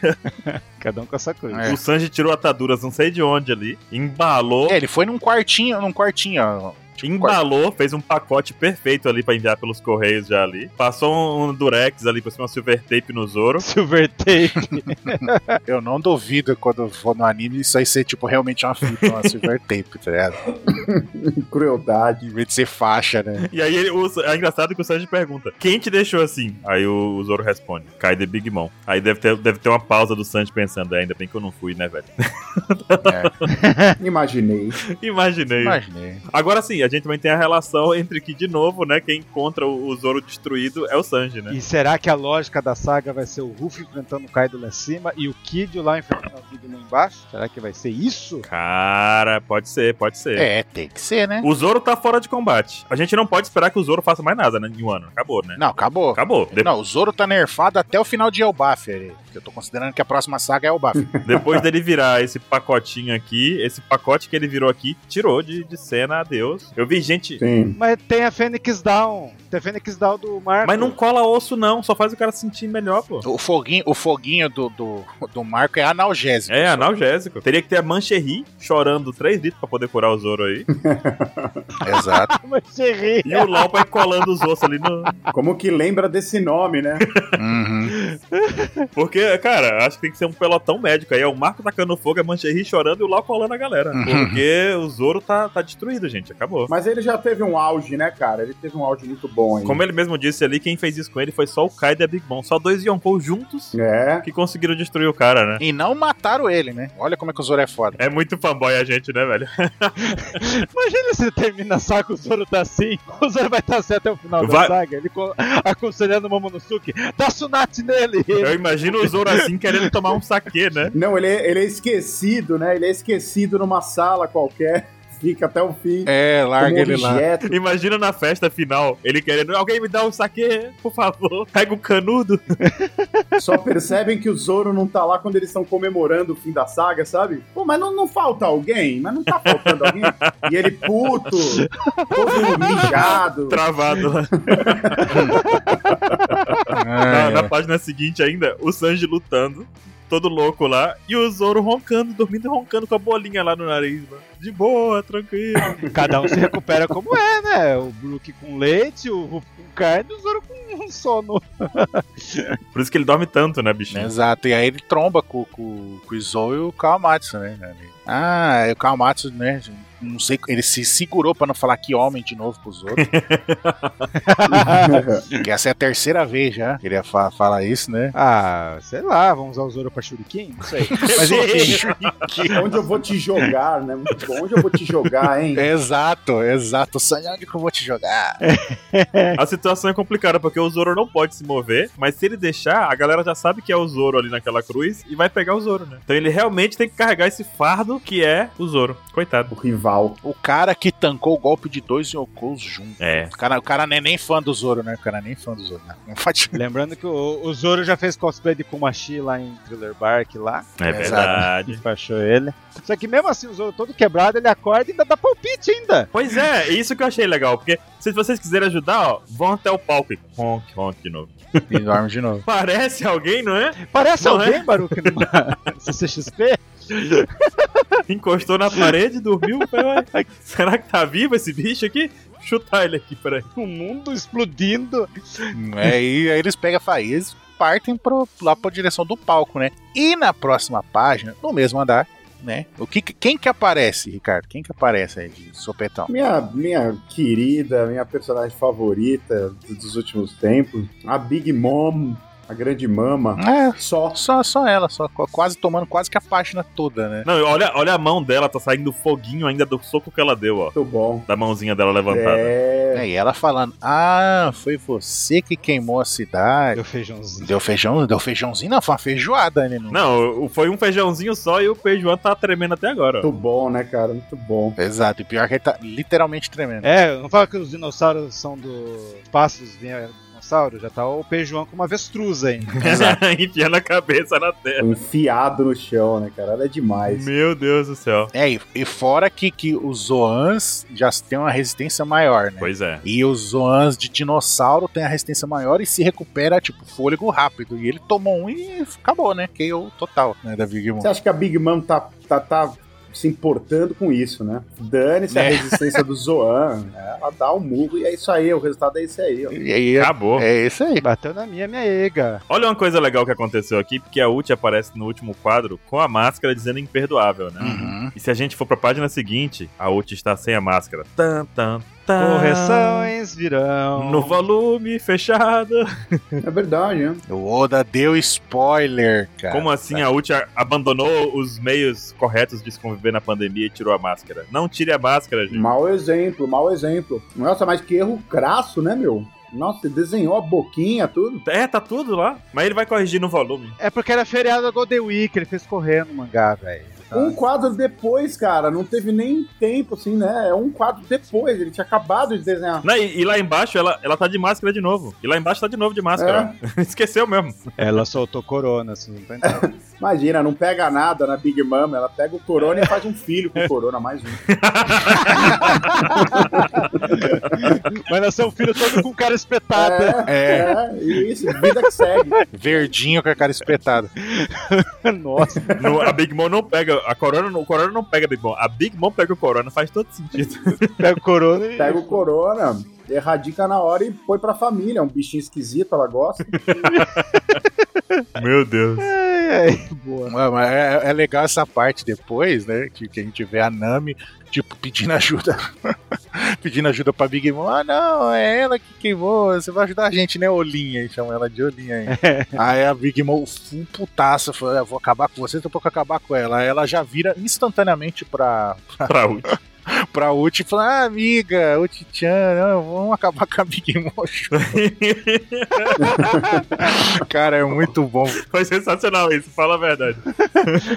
Speaker 3: Cada um com essa coisa.
Speaker 1: É.
Speaker 2: O Sanji tirou ataduras, não sei de onde ali, embalou,
Speaker 1: É, ele foi num quartinho, num quartinho, ó. Tipo,
Speaker 2: embalou, fez um pacote perfeito ali pra enviar pelos correios já ali. Passou um durex ali por cima, silver tape no Zoro.
Speaker 3: Silver Tape.
Speaker 1: Eu não duvido quando eu for no anime isso aí ser, tipo, realmente uma fita, uma silver tape, tá ligado?
Speaker 4: Crueldade.
Speaker 1: Em vez de ser faixa, né?
Speaker 2: E aí ele, o, é engraçado que o Sanji pergunta: Quem te deixou assim? Aí o, o Zoro responde: Kai de Big Mom. Aí deve ter, deve ter uma pausa do Sanji pensando: é, Ainda bem que eu não fui, né, velho?
Speaker 4: Imaginei.
Speaker 1: É.
Speaker 2: Imaginei.
Speaker 1: Imaginei.
Speaker 2: Agora sim, a gente também tem a relação entre que, de novo, né, quem encontra o, o Zoro destruído é o Sanji, né?
Speaker 3: E será que a lógica da saga vai ser o Ruff enfrentando o Kaido lá em cima e o Kid lá enfrentando o Kid lá embaixo? Será que vai ser isso?
Speaker 2: Cara, pode ser, pode ser.
Speaker 1: É, tem que ser, né?
Speaker 2: O Zoro tá fora de combate. A gente não pode esperar que o Zoro faça mais nada, né, em um ano. Acabou, né?
Speaker 1: Não, acabou.
Speaker 2: Acabou. De-
Speaker 1: Não, o Zoro tá nerfado até o final de Elbaf, ele- que eu tô considerando que a próxima saga é Elbaf.
Speaker 2: Depois dele virar esse pacotinho aqui, esse pacote que ele virou aqui, tirou de, de cena, adeus. Eu vi gente,
Speaker 4: Sim.
Speaker 3: Mas tem a Fênix Down. Tem a Fênix Down do Marco.
Speaker 2: Mas não cola osso, não. Só faz o cara sentir melhor, pô.
Speaker 1: O foguinho, o foguinho do, do, do Marco é analgésico.
Speaker 2: É, analgésico. Teria que ter a Mancherry chorando 3 litros pra poder curar o Zoro aí.
Speaker 1: Exato.
Speaker 3: Ah, Mas eu ri.
Speaker 2: E o Lau vai colando os ossos ali no.
Speaker 4: Como que lembra desse nome, né?
Speaker 1: Uhum.
Speaker 2: Porque, cara, acho que tem que ser um pelotão médico. Aí é o Marco tacando fogo, a Mancherry chorando e o Lau colando a galera. Porque o Zoro tá, tá destruído, gente. Acabou.
Speaker 4: Mas ele já teve um auge, né, cara? Ele teve um auge muito bom aí.
Speaker 2: Como ele mesmo disse ali, quem fez isso com ele foi só o Kaido e a Big Mom. Só dois Yonkou juntos
Speaker 1: assim?
Speaker 4: É.
Speaker 2: que conseguiram destruir o cara, né?
Speaker 1: E não mataram ele, né? Olha como é que o Zoro é foda.
Speaker 2: É muito fanboy a gente, né, velho?
Speaker 3: Imagina se termina a saga, o Zoro tá assim. O Zoro vai estar assim até o final
Speaker 2: Vai-
Speaker 3: da saga. Ele co- aconselhando o Momonosuke. Dá Sunat nele.
Speaker 2: Eu imagino o Zoro assim querendo tomar um saque, né?
Speaker 4: Não, ele é, ele é esquecido, né? Ele é esquecido numa sala qualquer. Fica até o fim.
Speaker 1: É, larga
Speaker 4: como
Speaker 1: ele lá.
Speaker 4: objeto.
Speaker 2: Imagina na festa final, ele querendo, alguém me dá um saque, por favor. Pega o canudo.
Speaker 4: Só percebem que o Zoro não tá lá quando eles estão comemorando o fim da saga, sabe? Pô, mas não, não falta alguém? Mas não tá faltando alguém? E ele puto, todo mijado.
Speaker 2: Travado. na,
Speaker 1: Ah,
Speaker 4: né?
Speaker 1: Ai,
Speaker 2: na
Speaker 1: ai.
Speaker 2: página seguinte ainda, o Sanji lutando, todo louco lá, e o Zoro roncando, dormindo e roncando com a bolinha lá no nariz, mano. De boa, tranquilo.
Speaker 3: Cada um se recupera como é, né? O Brook com leite, o Ruff com carne, o Zoro com um sono.
Speaker 2: Por
Speaker 1: É,
Speaker 2: isso que ele dorme tanto, né, bichinho?
Speaker 1: Exato. E aí ele tromba com, com, com o Izou e o Kawamatsu, né? Ah, é o Kawamatsu, né? Não sei, ele se segurou pra não falar que homem de novo pros outros. que essa é a terceira vez já que ele ia fa- falar isso, né?
Speaker 3: Ah, sei lá, vamos usar o Zoro pra Shuriken? Não sei. Mas enfim,
Speaker 1: Shuriken.
Speaker 4: Onde eu vou te jogar, né? Muito bom. Onde eu vou te jogar, hein?
Speaker 1: Exato, exato. Sonhar onde que eu vou te jogar.
Speaker 2: A situação é complicada, porque o Zoro não pode se mover, mas se ele deixar, a galera já sabe que é o Zoro ali naquela cruz e vai pegar o Zoro, né? Então ele realmente tem que carregar esse fardo que é o Zoro.
Speaker 4: O
Speaker 2: Coitado.
Speaker 4: rival.
Speaker 1: O cara que tancou o golpe de dois Yokus junto.
Speaker 2: É.
Speaker 1: O cara, o cara não é nem fã do Zoro, né? O cara nem fã do Zoro, né? Não faz
Speaker 3: lembrando que o, o Zoro já fez cosplay de Kumashi lá em Thriller Bark lá.
Speaker 2: É verdade.
Speaker 3: Despachou ele. Só que mesmo assim, o Zoro todo quebrado, ele acorda e ainda dá palpite ainda.
Speaker 2: Pois é, é isso que eu achei legal, porque se vocês quiserem ajudar, ó, vão até o palco. e Honk, honk de novo.
Speaker 1: E dorme de novo.
Speaker 2: Parece alguém, não é?
Speaker 3: Parece
Speaker 2: Não,
Speaker 3: alguém, Baruque, numa CCXP.
Speaker 2: Encostou na parede, dormiu. foi, ué, Será que tá vivo esse bicho aqui? Chutar ele aqui, peraí.
Speaker 3: O mundo explodindo.
Speaker 1: É, e aí eles pegam a faísca e partem pro, lá pra direção do palco, né? E na próxima página, no mesmo andar, né? O que, quem que aparece, Ricardo? Quem que aparece aí de sopetão?
Speaker 4: Minha, minha querida, minha personagem favorita dos últimos tempos, a Big Mom, a grande mama.
Speaker 1: É,
Speaker 4: Só.
Speaker 1: só, só ela, só qu- quase tomando quase que a página toda, né?
Speaker 2: Não, olha, olha a mão dela, tá saindo foguinho ainda do soco que ela deu, ó.
Speaker 4: Muito bom.
Speaker 2: Da mãozinha dela levantada.
Speaker 4: É.
Speaker 1: É, E ela falando: Ah, foi você que queimou a cidade.
Speaker 3: Deu É feijãozinho.
Speaker 1: Deu feijão, deu feijãozinho, não, foi uma feijoada, né? Não.
Speaker 2: Não, o- foi um feijãozinho só e o feijoão tá tremendo até agora. ó.
Speaker 4: Muito bom, né, cara? Muito bom.
Speaker 1: Exato, e pior que ele tá literalmente tremendo.
Speaker 3: É, não fala que os dinossauros são do. Os pássaros vieram dinossauro, já tá o Peijoão com uma avestruz ainda.
Speaker 2: Enfiando a cabeça na terra.
Speaker 4: Foi enfiado no chão, né, cara? Ela é demais.
Speaker 2: Meu Deus do céu.
Speaker 1: É, e, e fora que, que os Zoans já têm uma resistência maior, né?
Speaker 2: Pois é.
Speaker 1: E os Zoans de dinossauro têm a resistência maior e se recupera, tipo, fôlego rápido. E ele tomou um e acabou, né? KO total, né, da Big Mom.
Speaker 4: Você acha que a Big Mom tá, tá, tá se importando com isso, né? Dane-se a
Speaker 1: É.
Speaker 4: resistência do Zoan. né? Ela dá um murro e é isso aí. O resultado é isso aí, ó.
Speaker 1: E aí, é-
Speaker 2: Acabou.
Speaker 1: é isso aí.
Speaker 3: Bateu na minha, minha ega.
Speaker 2: Olha uma coisa legal que aconteceu aqui, porque a Uchi aparece no último quadro com a máscara dizendo imperdoável, né?
Speaker 1: Uhum.
Speaker 2: E se a gente for pra página seguinte, a Uchi está sem a máscara. Tan, tan, tan.
Speaker 3: Correções virão.
Speaker 2: No volume fechado.
Speaker 4: É verdade, né?
Speaker 1: O Oda deu spoiler, cara.
Speaker 2: Como assim a Uchi a- abandonou os meios corretos de se conviver na pandemia e tirou a máscara? Não tire a máscara, gente.
Speaker 4: Mau exemplo, mau exemplo. Nossa, mas que erro crasso, né, meu? Nossa, ele desenhou a boquinha, tudo.
Speaker 2: É, tá tudo lá. Mas ele vai corrigir no volume.
Speaker 3: É porque era feriado da Golden Week, ele fez correr no mangá, velho.
Speaker 4: Um quadro depois, cara. Não teve nem tempo, assim, né? É um quadro depois. Ele tinha acabado de desenhar.
Speaker 2: Não, e, e lá embaixo ela, ela tá de máscara de novo. E lá embaixo tá de novo de máscara. Esqueceu mesmo.
Speaker 3: É, Ela soltou corona, assim, não tô entendendo.
Speaker 4: Imagina, não pega nada na Big Mama. Ela pega o Corona e faz um filho com o Corona, mais um.
Speaker 3: Vai nascer um filho todo com cara espetada.
Speaker 1: É,
Speaker 4: É, isso, vida que segue.
Speaker 1: verdinho com a cara espetada.
Speaker 4: É.
Speaker 3: Nossa.
Speaker 2: No- a Big Mom não pega. A Corona, o Corona não pega a Big Mom. A Big Mom pega o Corona. Faz todo sentido.
Speaker 3: Pega o corona e.
Speaker 4: Pega o Corona, erradica na hora e põe pra família. É um bichinho esquisito, ela gosta.
Speaker 2: Meu Deus.
Speaker 3: Ai, ai, boa.
Speaker 1: Mano, mas é, é legal essa parte depois, né? Que, que a gente vê a Nami, tipo, pedindo ajuda. pedindo ajuda pra Big Mom. Ah, não, é ela que queimou. Você vai ajudar a gente, né, Olinha? E chama ela de Olinha aí. aí a Big Mom, full putaça, falou: "É, "Eu vou acabar com você, então eu vou acabar com ela. Aí ela já vira instantaneamente pra,
Speaker 2: Pra um. Uchi.
Speaker 1: pra Uchi e fala: Ah, amiga, Uchi-chan, não, vamos acabar com a Big Mom. Cara, é muito bom.
Speaker 2: Foi sensacional isso. Fala a verdade.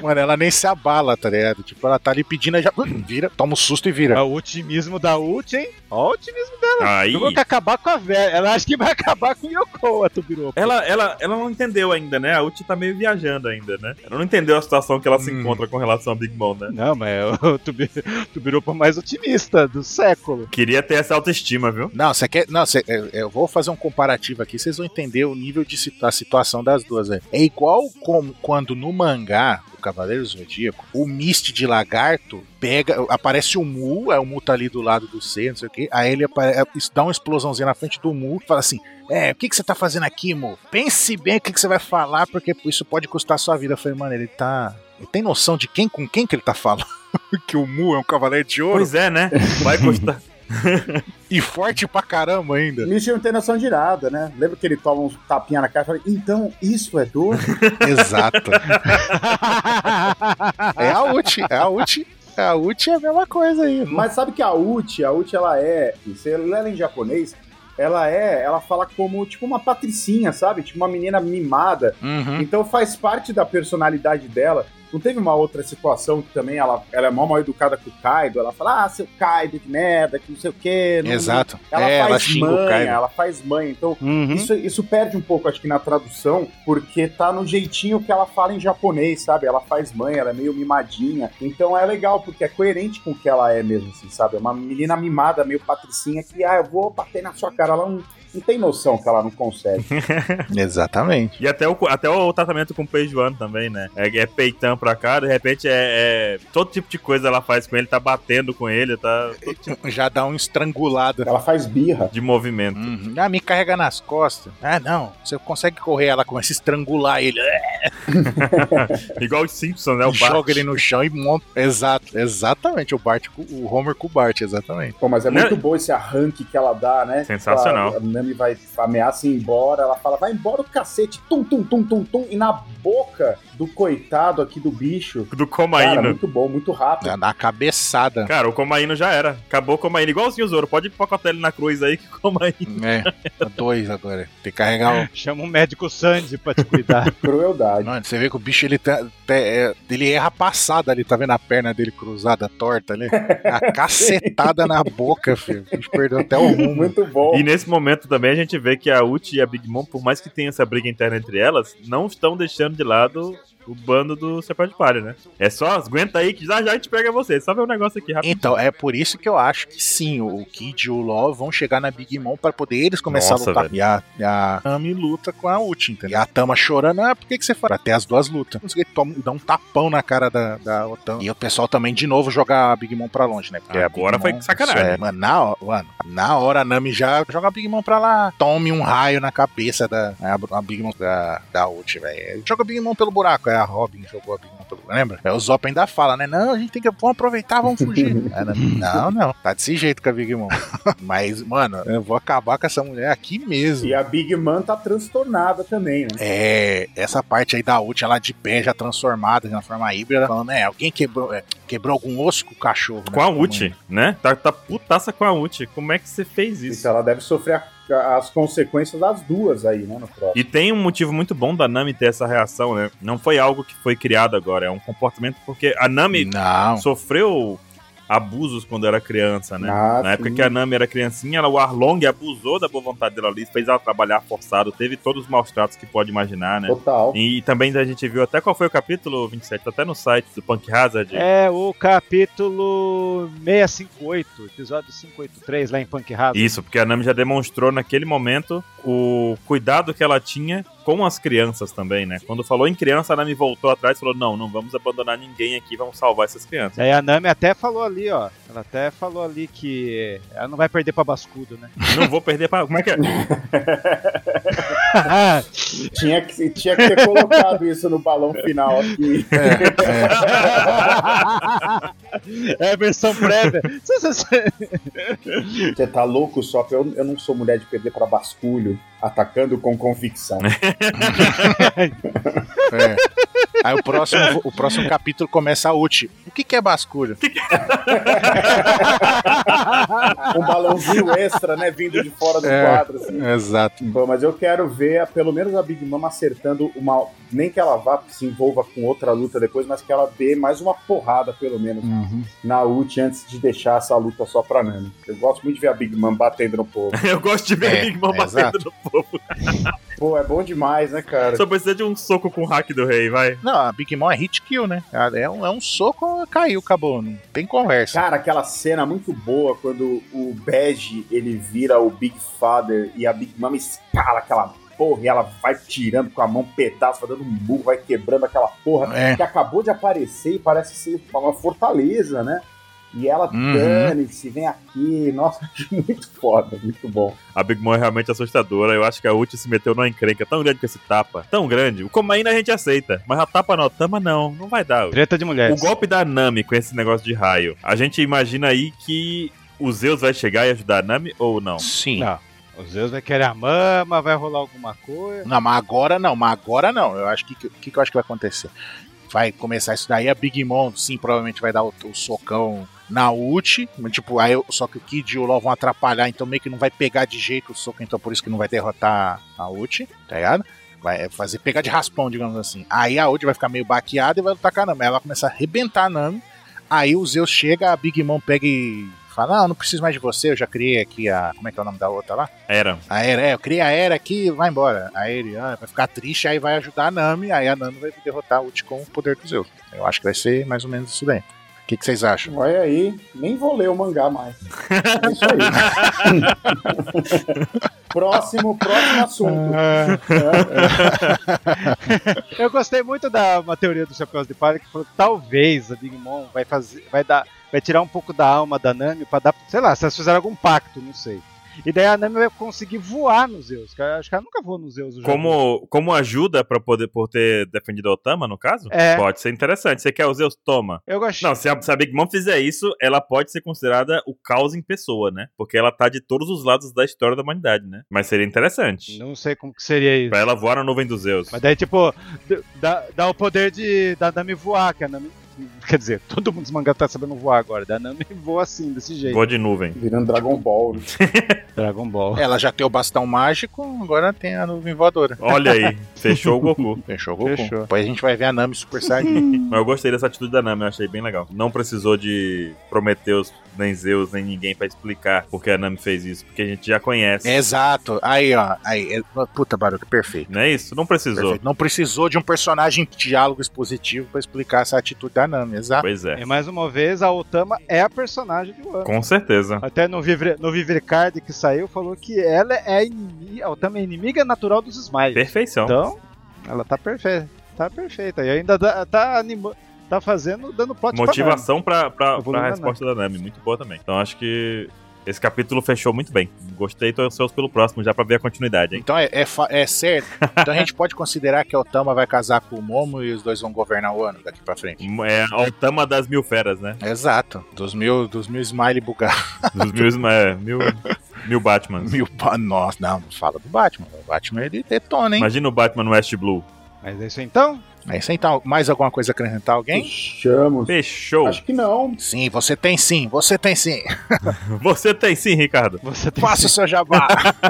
Speaker 1: Mano, ela nem se abala, tá ligado? Tipo, ela tá ali pedindo, aí já vira, toma um susto e vira.
Speaker 3: É O otimismo da Ult, hein? Ó, o otimismo dela.
Speaker 2: Aí.
Speaker 3: Eu vou acabar com a velha. Ela acha que vai acabar com o Yoko, a Tubiropo.
Speaker 2: Ela, ela, ela não entendeu ainda, né? A Uchi tá meio viajando ainda, né? Ela não entendeu a situação que ela se
Speaker 1: Hum.
Speaker 2: encontra com relação a Big Mom, né?
Speaker 3: Não, mas é o Tubi- Tubirupa mais otimista do século.
Speaker 2: Queria ter essa autoestima, viu?
Speaker 1: Não, você quer. Não, cê- é- eu vou fazer um comparativo aqui, vocês vão entender o nível de situ- a situação das duas aí. É igual como quando no mangá do Cavaleiro Zodíaco, o Mist de Lagarto pega. Aparece o Mu, aí o Mu tá ali do lado do C, não sei o quê. Aí ele apare- é, isso dá uma explosãozinha na frente do Mu e fala assim: É, o que, que você tá fazendo aqui, Mu? Pense bem o que, que você vai falar, porque isso pode custar a sua vida. Eu falei, mano, ele tá. Ele tem noção de quem com quem que ele tá falando? que o Mu é um cavaleiro de ouro
Speaker 2: Pois é, né? Vai custar.
Speaker 1: e forte pra caramba ainda.
Speaker 4: Nietzsche não tem noção de nada, né? Lembra que ele toma uns tapinha na cara e fala, então isso é dor?
Speaker 1: Exato. É a Uchi, é a Uchi. A Uchi é a mesma coisa aí.
Speaker 4: Mas sabe que a Uchi, a Uchi ela é, você lê ela em japonês, ela é, ela fala como tipo uma patricinha, sabe? Tipo uma menina mimada.
Speaker 1: Uhum.
Speaker 4: Então faz parte da personalidade dela. Não teve uma outra situação que também ela, ela é mó mal educada com o Kaido, ela fala, ah, seu Kaido, que merda, que não sei o quê. não-
Speaker 1: Exato.
Speaker 4: Ela
Speaker 1: é,
Speaker 4: faz
Speaker 1: ela xinga
Speaker 4: manha,
Speaker 1: o Kaido.
Speaker 4: ela faz manha. Então,
Speaker 3: Uhum.
Speaker 4: Isso, isso perde um pouco, acho que, na tradução, porque tá no jeitinho que ela fala em japonês, sabe? Ela faz mãe, ela é meio mimadinha. Então é legal, porque é coerente com o que ela é mesmo, assim, sabe? É uma menina mimada, meio patricinha, que, ah, eu vou bater na sua cara. Ela não, não tem noção que ela não consegue.
Speaker 1: Exatamente.
Speaker 2: E até o, até o tratamento com o Peijuano também, né? É, é peitão pra cá, de repente é, é- Todo tipo de coisa ela faz com ele, tá batendo com ele, tá
Speaker 1: Já dá um estrangulado.
Speaker 4: Ela faz birra.
Speaker 2: de movimento.
Speaker 1: Uhum. Ah, me carrega nas costas. Ah, não. Você consegue correr, ela começa a estrangular ele.
Speaker 2: Igual os Simpsons, né? O
Speaker 1: E
Speaker 2: Bart.
Speaker 1: joga ele no chão e monta. Exato, exatamente. O Bart, com- o Homer com o Bart, exatamente.
Speaker 4: Pô, mas é
Speaker 2: Né?
Speaker 4: muito bom esse arranque que ela dá, né?
Speaker 2: Sensacional.
Speaker 4: Ela, a Nami vai ameaça ir embora, ela fala, vai embora o cacete, tum, tum, tum, tum, tum, e na boca do coitado aqui do bicho.
Speaker 2: Do
Speaker 4: Cara,
Speaker 2: Comaíno.
Speaker 4: muito bom, muito rápido.
Speaker 1: Dá uma cabeçada.
Speaker 2: Cara, o Comaíno já era. Acabou o Comaíno. Igualzinho o Zoro. Pode picotar ele na cruz aí que o Comaíno.
Speaker 1: É, dois agora. Tem que carregar o.
Speaker 3: Chama um médico Sandy pra te cuidar.
Speaker 4: Crueldade.
Speaker 1: Mano, você vê que o bicho ele, tá- tá- é, ele erra a passada ali, tá vendo a perna dele cruzada, torta ali? A cacetada na boca, filho. O bicho perdeu até o rumo.
Speaker 4: Muito bom.
Speaker 2: E nesse momento também a gente vê que a Uchi e a Big Mom, por mais que tenha essa briga interna entre elas, não estão deixando de lado o bando do Chapéu de Palha, né? É só, aguenta aí que já já a gente pega você. Só ver um negócio aqui rápido.
Speaker 1: Então, é por isso que eu acho que sim, o Kid e o Law vão chegar na Big Mom pra poder eles começar
Speaker 2: Nossa,
Speaker 1: a lutar.
Speaker 2: velho.
Speaker 1: E a, e a Tami luta com a Uchi, entendeu? E a Tama chorando, ah, por que, que você faz? Pra ter as duas lutas. Os gays tomam- dão um tapão na cara da, da Otan. E o pessoal também, de novo, jogar a Big Mom pra longe, né? a Big
Speaker 2: Agora foi
Speaker 1: Mom-
Speaker 2: sacanagem.
Speaker 1: Isso É, mano, na, ho- mano, na hora a Nami já joga a Big Mom pra lá. Tome um raio na cabeça da né, a, a Big Mom da, da Uchi, velho. Joga a Big Mom pelo buraco. É a Robin jogou a Big Mom pelo Lembra? É, o Zop ainda fala, né? Não, a gente tem que. Vamos aproveitar, vamos fugir. Aí a Nami, não, não. Tá desse jeito com a Big Mom. Mas, mano, eu vou acabar com essa mulher aqui mesmo.
Speaker 4: E a Big Man tá transtornada também, né?
Speaker 1: É, essa parte aí da ult, ela de pé já transformada, de uma forma híbrida, falando, é, alguém quebrou, é, quebrou algum osso com o cachorro. né?
Speaker 2: Com a
Speaker 1: Tamanho.
Speaker 2: Uchi, né? Tá, tá putaça com a Uchi. Como é que você fez isso?
Speaker 4: Então ela deve sofrer a- as consequências das duas aí, né, no próximo.
Speaker 2: E tem um motivo muito bom da Nami ter essa reação, né? Não foi algo que foi criado agora, é um comportamento porque a Nami
Speaker 1: Não.
Speaker 2: sofreu abusos quando era criança, né?
Speaker 4: Ah,
Speaker 2: Na época
Speaker 4: sim.
Speaker 2: que a Nami era criancinha, ela, o Arlong abusou da boa vontade dela ali, fez ela trabalhar forçado, teve todos os maus tratos que pode imaginar, né?
Speaker 4: Total.
Speaker 2: E também a gente viu até qual foi o capítulo 27, tá até no site do Punk Hazard.
Speaker 3: é o capítulo 658, episódio 583 lá em Punk Hazard.
Speaker 2: Isso, porque a Nami já demonstrou naquele momento o cuidado que ela tinha com as crianças também, né? Quando falou em criança, a Nami voltou atrás e falou: não, não vamos abandonar ninguém aqui, vamos salvar essas crianças.
Speaker 3: Daí a Nami até falou ali, ó. Ela até falou ali que ela não vai perder pra bascudo, né?
Speaker 2: Não vou perder pra. Como é que é?
Speaker 4: Tinha que, tinha que ter colocado isso no balão final aqui.
Speaker 3: é a versão prévia.
Speaker 4: Você tá louco, só que eu, eu não sou mulher de perder pra basculho, atacando com convicção.
Speaker 1: É. Aí o próximo, o próximo capítulo começa a ult. O que, que é basculho?
Speaker 4: Um balãozinho extra, né, vindo de fora do
Speaker 1: É.
Speaker 4: quadro, assim.
Speaker 1: Exato.
Speaker 4: Bom, mas eu quero ver, a- pelo menos a Big Mom acertando uma. Nem que ela vá, se envolva com outra luta depois, mas que ela dê mais uma porrada, pelo menos. na ult antes de deixar essa luta só pra Nami. Eu gosto muito de ver a Big Mom batendo no povo.
Speaker 2: Eu gosto de ver
Speaker 1: É,
Speaker 2: a Big Mom
Speaker 1: é,
Speaker 2: batendo
Speaker 1: exato.
Speaker 2: no povo.
Speaker 4: Pô, é bom demais, né, cara?
Speaker 2: Só precisa de um soco com o hack do rei, vai.
Speaker 1: Não, a Big Mom é hit kill, né? Ela É um, é um soco, caiu, acabou. Não tem conversa.
Speaker 4: Cara, aquela cena muito boa quando o Bege ele vira o Big Father e a Big Mom escala aquela porra e ela vai tirando com a mão pedaço, vai dando um burro, vai quebrando aquela porra
Speaker 1: É.
Speaker 4: que acabou de aparecer e parece ser uma fortaleza, né? E ela,
Speaker 1: Uhum.
Speaker 4: dane-se, vem aqui. Nossa, acho muito foda, muito bom.
Speaker 2: A Big Mom é realmente assustadora. Eu acho que a Uchi se meteu numa encrenca tão grande com esse tapa. Tão grande. O Comaína a gente aceita. Mas a tapa não. Tama não. Não vai dar. Uchi.
Speaker 3: Treta de
Speaker 2: O
Speaker 3: mulheres.
Speaker 2: golpe da Nami com esse negócio de raio. A gente imagina aí que o Zeus vai chegar e ajudar a Nami ou não?
Speaker 1: Sim.
Speaker 3: Não. O Zeus vai querer a mama, vai rolar alguma coisa.
Speaker 1: Não, mas agora não, mas agora não. Eu acho que o que, que eu acho que vai acontecer? Vai começar isso daí, a Big Mom, sim, provavelmente vai dar o, o socão na ult, mas, tipo, aí, eu- só que o Kid e o LOL vão atrapalhar, então meio que não vai pegar de jeito o soco, então por isso que não vai derrotar a ult, tá ligado? Vai fazer pegar de raspão, digamos assim. Aí a ult vai ficar meio baqueada e vai lutar com a Nami. Aí Ela vai começar a arrebentar a Nami, aí o Zeus chega, a Big Mom pega e fala, não, não preciso mais de você, eu já criei aqui a... como é que é o nome da outra lá?
Speaker 2: Era.
Speaker 1: A Era, é, eu criei a Era aqui, vai embora. A Eri ah, vai ficar triste, aí vai ajudar a Nami, aí a Nami vai derrotar o Uchi com o poder do Zeus. Eu acho que vai ser mais ou menos isso daí. O que, que vocês acham?
Speaker 4: Olha aí, nem vou ler o mangá mais. É isso aí. próximo, próximo assunto.
Speaker 1: Ah,
Speaker 3: Eu gostei muito da uma teoria do Chapéus de Palha que falou que talvez a Big Mom vai fazer, vai dar, vai tirar um pouco da alma da Nami pra dar, sei lá, se elas fizeram algum pacto, não sei. E daí a Nami vai conseguir voar nos Zeus. que eu Acho que ela nunca voou nos Zeus. o jogo.
Speaker 2: Como, como ajuda pra poder por ter defendido a Otama, no caso?
Speaker 3: É.
Speaker 2: Pode ser interessante. Você quer o Zeus? Toma.
Speaker 3: Eu gostei.
Speaker 2: Não, se a, se a Big Mom fizer é isso, ela pode ser considerada o caos em pessoa, né? Porque ela tá de todos os lados da história da humanidade, né? Mas seria interessante.
Speaker 3: Não, sei como que seria isso.
Speaker 2: Pra ela voar na nuvem dos Zeus.
Speaker 3: Mas daí, tipo, d- dá, dá o poder de, da Nami voar, que a Nami. Quer dizer, todo mundo dos mangás tá sabendo voar agora. Da Nami voa assim, desse jeito.
Speaker 2: Voa de nuvem.
Speaker 4: Virando Dragon Ball.
Speaker 3: Dragon Ball.
Speaker 1: Ela já tem o bastão mágico, agora tem a nuvem voadora.
Speaker 2: Olha aí, fechou o Goku.
Speaker 1: Fechou, Goku?
Speaker 3: Fechou.
Speaker 1: Depois a gente vai ver a Nami Super Saiyajin.
Speaker 2: Mas eu gostei dessa atitude da Nami, eu achei bem legal. Não precisou de Prometeus, nem Zeus, nem ninguém pra explicar porque a Nami fez isso, porque a gente já conhece.
Speaker 1: É,
Speaker 3: É.
Speaker 1: Exato. Aí, ó. Aí, é- puta, barulho, perfeito.
Speaker 2: Não é isso? Não precisou.
Speaker 1: Perfeito. Não precisou de um personagem de diálogo expositivo pra explicar essa atitude da Nami, exato.
Speaker 2: Pois é.
Speaker 3: E mais uma vez, a Otama é a personagem do ano.
Speaker 2: Com certeza.
Speaker 3: Até no Vivre, no Vivre Card que saiu, falou que ela é inimiga, a Otama é inimiga natural dos Smiles.
Speaker 2: Perfeição.
Speaker 3: Então, ela tá perfeita. Tá perfeita. E ainda dá- tá animando. Tá fazendo, dando plot pra Nami.
Speaker 2: Motivação pra, pra,
Speaker 3: Eu vou
Speaker 2: pra
Speaker 3: lembrar,
Speaker 2: resposta da Nami, muito boa também. Então acho que esse capítulo fechou muito bem. Gostei, tô ansioso pelo próximo, já pra ver a continuidade, hein?
Speaker 1: Então é, é, fa- é certo. Então a gente pode considerar que a Otama vai casar com o Momo e os dois vão governar o ano daqui pra frente.
Speaker 2: É a Altama das mil feras, né?
Speaker 1: Exato. Dos mil, dos mil smile bugados.
Speaker 2: Dos mil, é, mil, mil Batmans.
Speaker 1: Mil ba- Nossa, não, não fala do Batman. O Batman ele detona, hein?
Speaker 2: Imagina o Batman no West Blue.
Speaker 3: Mas é isso então?
Speaker 1: É isso então. Mais alguma coisa a acrescentar alguém?
Speaker 4: Fechamos.
Speaker 2: Fechou!
Speaker 4: Acho que não.
Speaker 1: Sim, você tem sim, você tem sim.
Speaker 2: Você tem sim, Ricardo.
Speaker 3: Você tem
Speaker 1: Faça o seu jabá.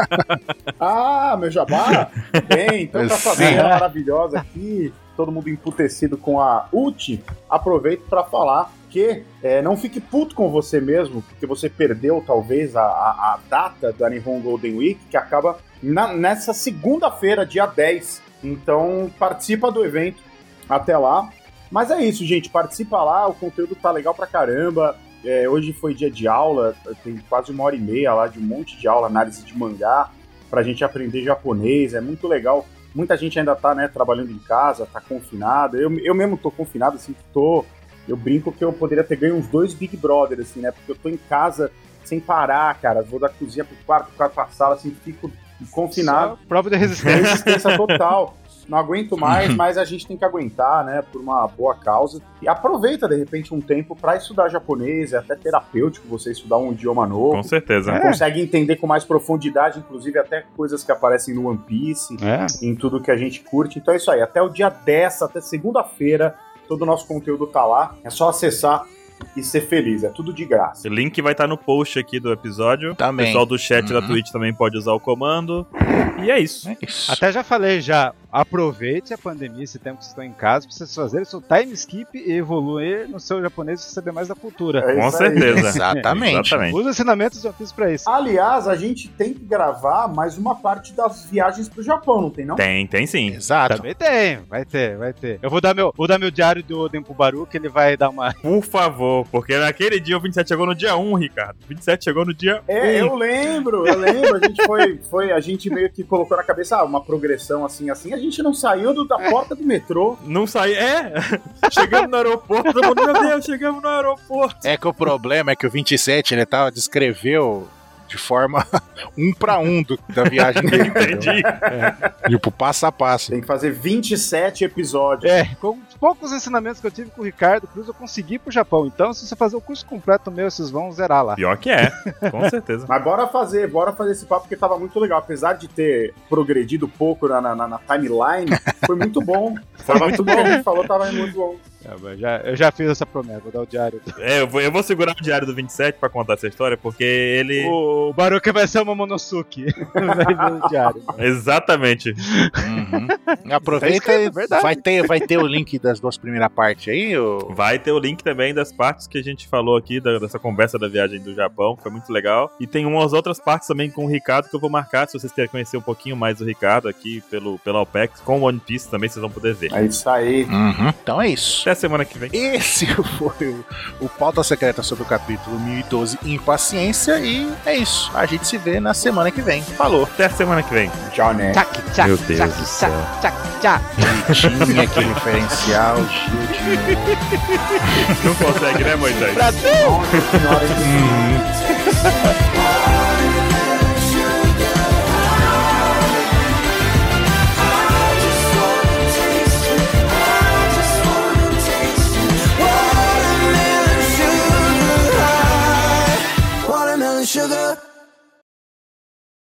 Speaker 4: Ah, meu jabá? Bem, então com
Speaker 1: Sim.
Speaker 4: essa família maravilhosa aqui, todo mundo emputecido com a Uchi, aproveito para falar que é, não fique puto com você mesmo, porque você perdeu talvez a, a- a data da Nihon Golden Week, que acaba na- nessa segunda-feira, dia 10. Então participa do evento até lá. Mas é isso, gente. Participa lá, o conteúdo tá legal pra caramba. É, hoje foi dia de aula, tem quase uma hora e meia lá de um monte de aula, análise de mangá pra gente aprender japonês, é muito legal. Muita gente ainda tá, né, trabalhando em casa, tá confinada. Eu, eu mesmo tô confinado, assim, tô. Eu brinco que eu poderia ter ganho uns dois Big Brother, assim, né? Porque eu tô em casa sem parar, cara. Vou da cozinha pro quarto, do quarto pra sala, assim, fico confinado.
Speaker 3: só Prova de resistência.
Speaker 4: Resistência total. Não aguento
Speaker 2: Uhum.
Speaker 4: mais, mas a gente tem que aguentar, né, por uma boa causa. E aproveita, de repente, um tempo pra estudar japonês, é até terapêutico você estudar um idioma novo.
Speaker 2: Com certeza.
Speaker 3: É.
Speaker 4: Consegue entender com mais profundidade, inclusive até coisas que aparecem no One Piece,
Speaker 3: É.
Speaker 4: em tudo que a gente curte. Então é isso aí, até o dia 10, até segunda-feira, todo o nosso conteúdo tá lá. É só acessar e ser feliz, é tudo de graça.
Speaker 2: O link vai estar no post aqui do episódio. O
Speaker 1: Também.
Speaker 2: pessoal do chat da
Speaker 1: Uhum.
Speaker 2: Twitch também pode usar o comando. E é isso.
Speaker 1: É isso.
Speaker 3: Até já falei já, aproveite a pandemia, esse tempo que vocês estão em casa, pra vocês fazerem seu time skip e evoluir no seu japonês e saber mais da cultura.
Speaker 4: É
Speaker 2: Com
Speaker 4: isso aí.
Speaker 2: certeza.
Speaker 1: Exatamente.
Speaker 2: Exatamente.
Speaker 3: Usa ensinamentos de One Piece pra isso.
Speaker 4: Aliás, a gente tem que gravar mais uma parte das viagens pro Japão, não tem não?
Speaker 2: Tem, tem sim.
Speaker 1: Exato.
Speaker 3: Também tem, vai ter, vai ter. Eu vou dar meu, vou dar meu diário do Oden pro Baru, que ele vai dar uma.
Speaker 2: Por favor, porque naquele dia o 27 chegou no dia 1, Ricardo. O 27 chegou no dia 1.
Speaker 4: É, eu lembro, eu lembro, a gente foi, foi, a gente meio que colocou na cabeça ah, uma progressão assim, assim, a gente não saiu do- da porta do metrô.
Speaker 2: Não sai. É! Chegamos no aeroporto, todo mundo, meu Deus, chegamos no aeroporto.
Speaker 1: É que o problema é que o 27, ele tava, descreveu de forma um pra um do- da viagem dele. entendeu?
Speaker 2: Entendi.
Speaker 1: Tipo, passo a passo.
Speaker 4: Tem que fazer 27 episódios.
Speaker 3: É, com os poucos ensinamentos que eu tive com o Ricardo Cruz, eu consegui ir pro Japão. Então, se você fazer o curso completo meu, vocês vão zerar lá.
Speaker 2: Pior que é, com certeza.
Speaker 4: Mas bora fazer, bora fazer esse papo porque tava muito legal. Apesar de ter progredido pouco na, na- na- na timeline, foi muito bom. Foi muito bom. Ele falou, tava muito bom.
Speaker 3: É, mas já- eu já fiz essa promessa, vou dar o diário.
Speaker 2: É, eu vou, eu vou segurar o diário do 27 pra contar essa história, porque ele.
Speaker 3: O Baruca vai ser uma Momonosuke. vai ver o diário.
Speaker 2: Exatamente.
Speaker 1: Uhum. Aproveita
Speaker 3: Tá
Speaker 1: e
Speaker 3: escrito, verdade.
Speaker 1: vai ter, vai ter o link das duas primeiras partes aí, ô?
Speaker 2: Vai ter o link também das partes que a gente falou aqui, da- dessa conversa da viagem do Japão, que foi muito legal. E tem umas outras partes também com o Ricardo que eu vou marcar, se vocês querem conhecer um pouquinho mais do Ricardo aqui pelo, pela OPEX, com o One Piece também, vocês vão poder ver.
Speaker 4: É isso aí.
Speaker 1: Uhum. Então é isso.
Speaker 2: Até a semana que vem.
Speaker 1: Esse foi o, o Pauta Secreta sobre o capítulo 1012 Impaciência. E é isso. A gente se vê na semana que vem. Falou.
Speaker 2: Até a semana que vem.
Speaker 4: Tchau, né?
Speaker 6: Tchac, tchac,
Speaker 2: Meu Deus
Speaker 6: tchac,
Speaker 2: do
Speaker 6: tchac, tchac, tchac.
Speaker 1: Tinha que referencial, Gil de
Speaker 2: Não consegue, né, Moisés?
Speaker 4: Nossa senhora, hein?
Speaker 5: Thank you.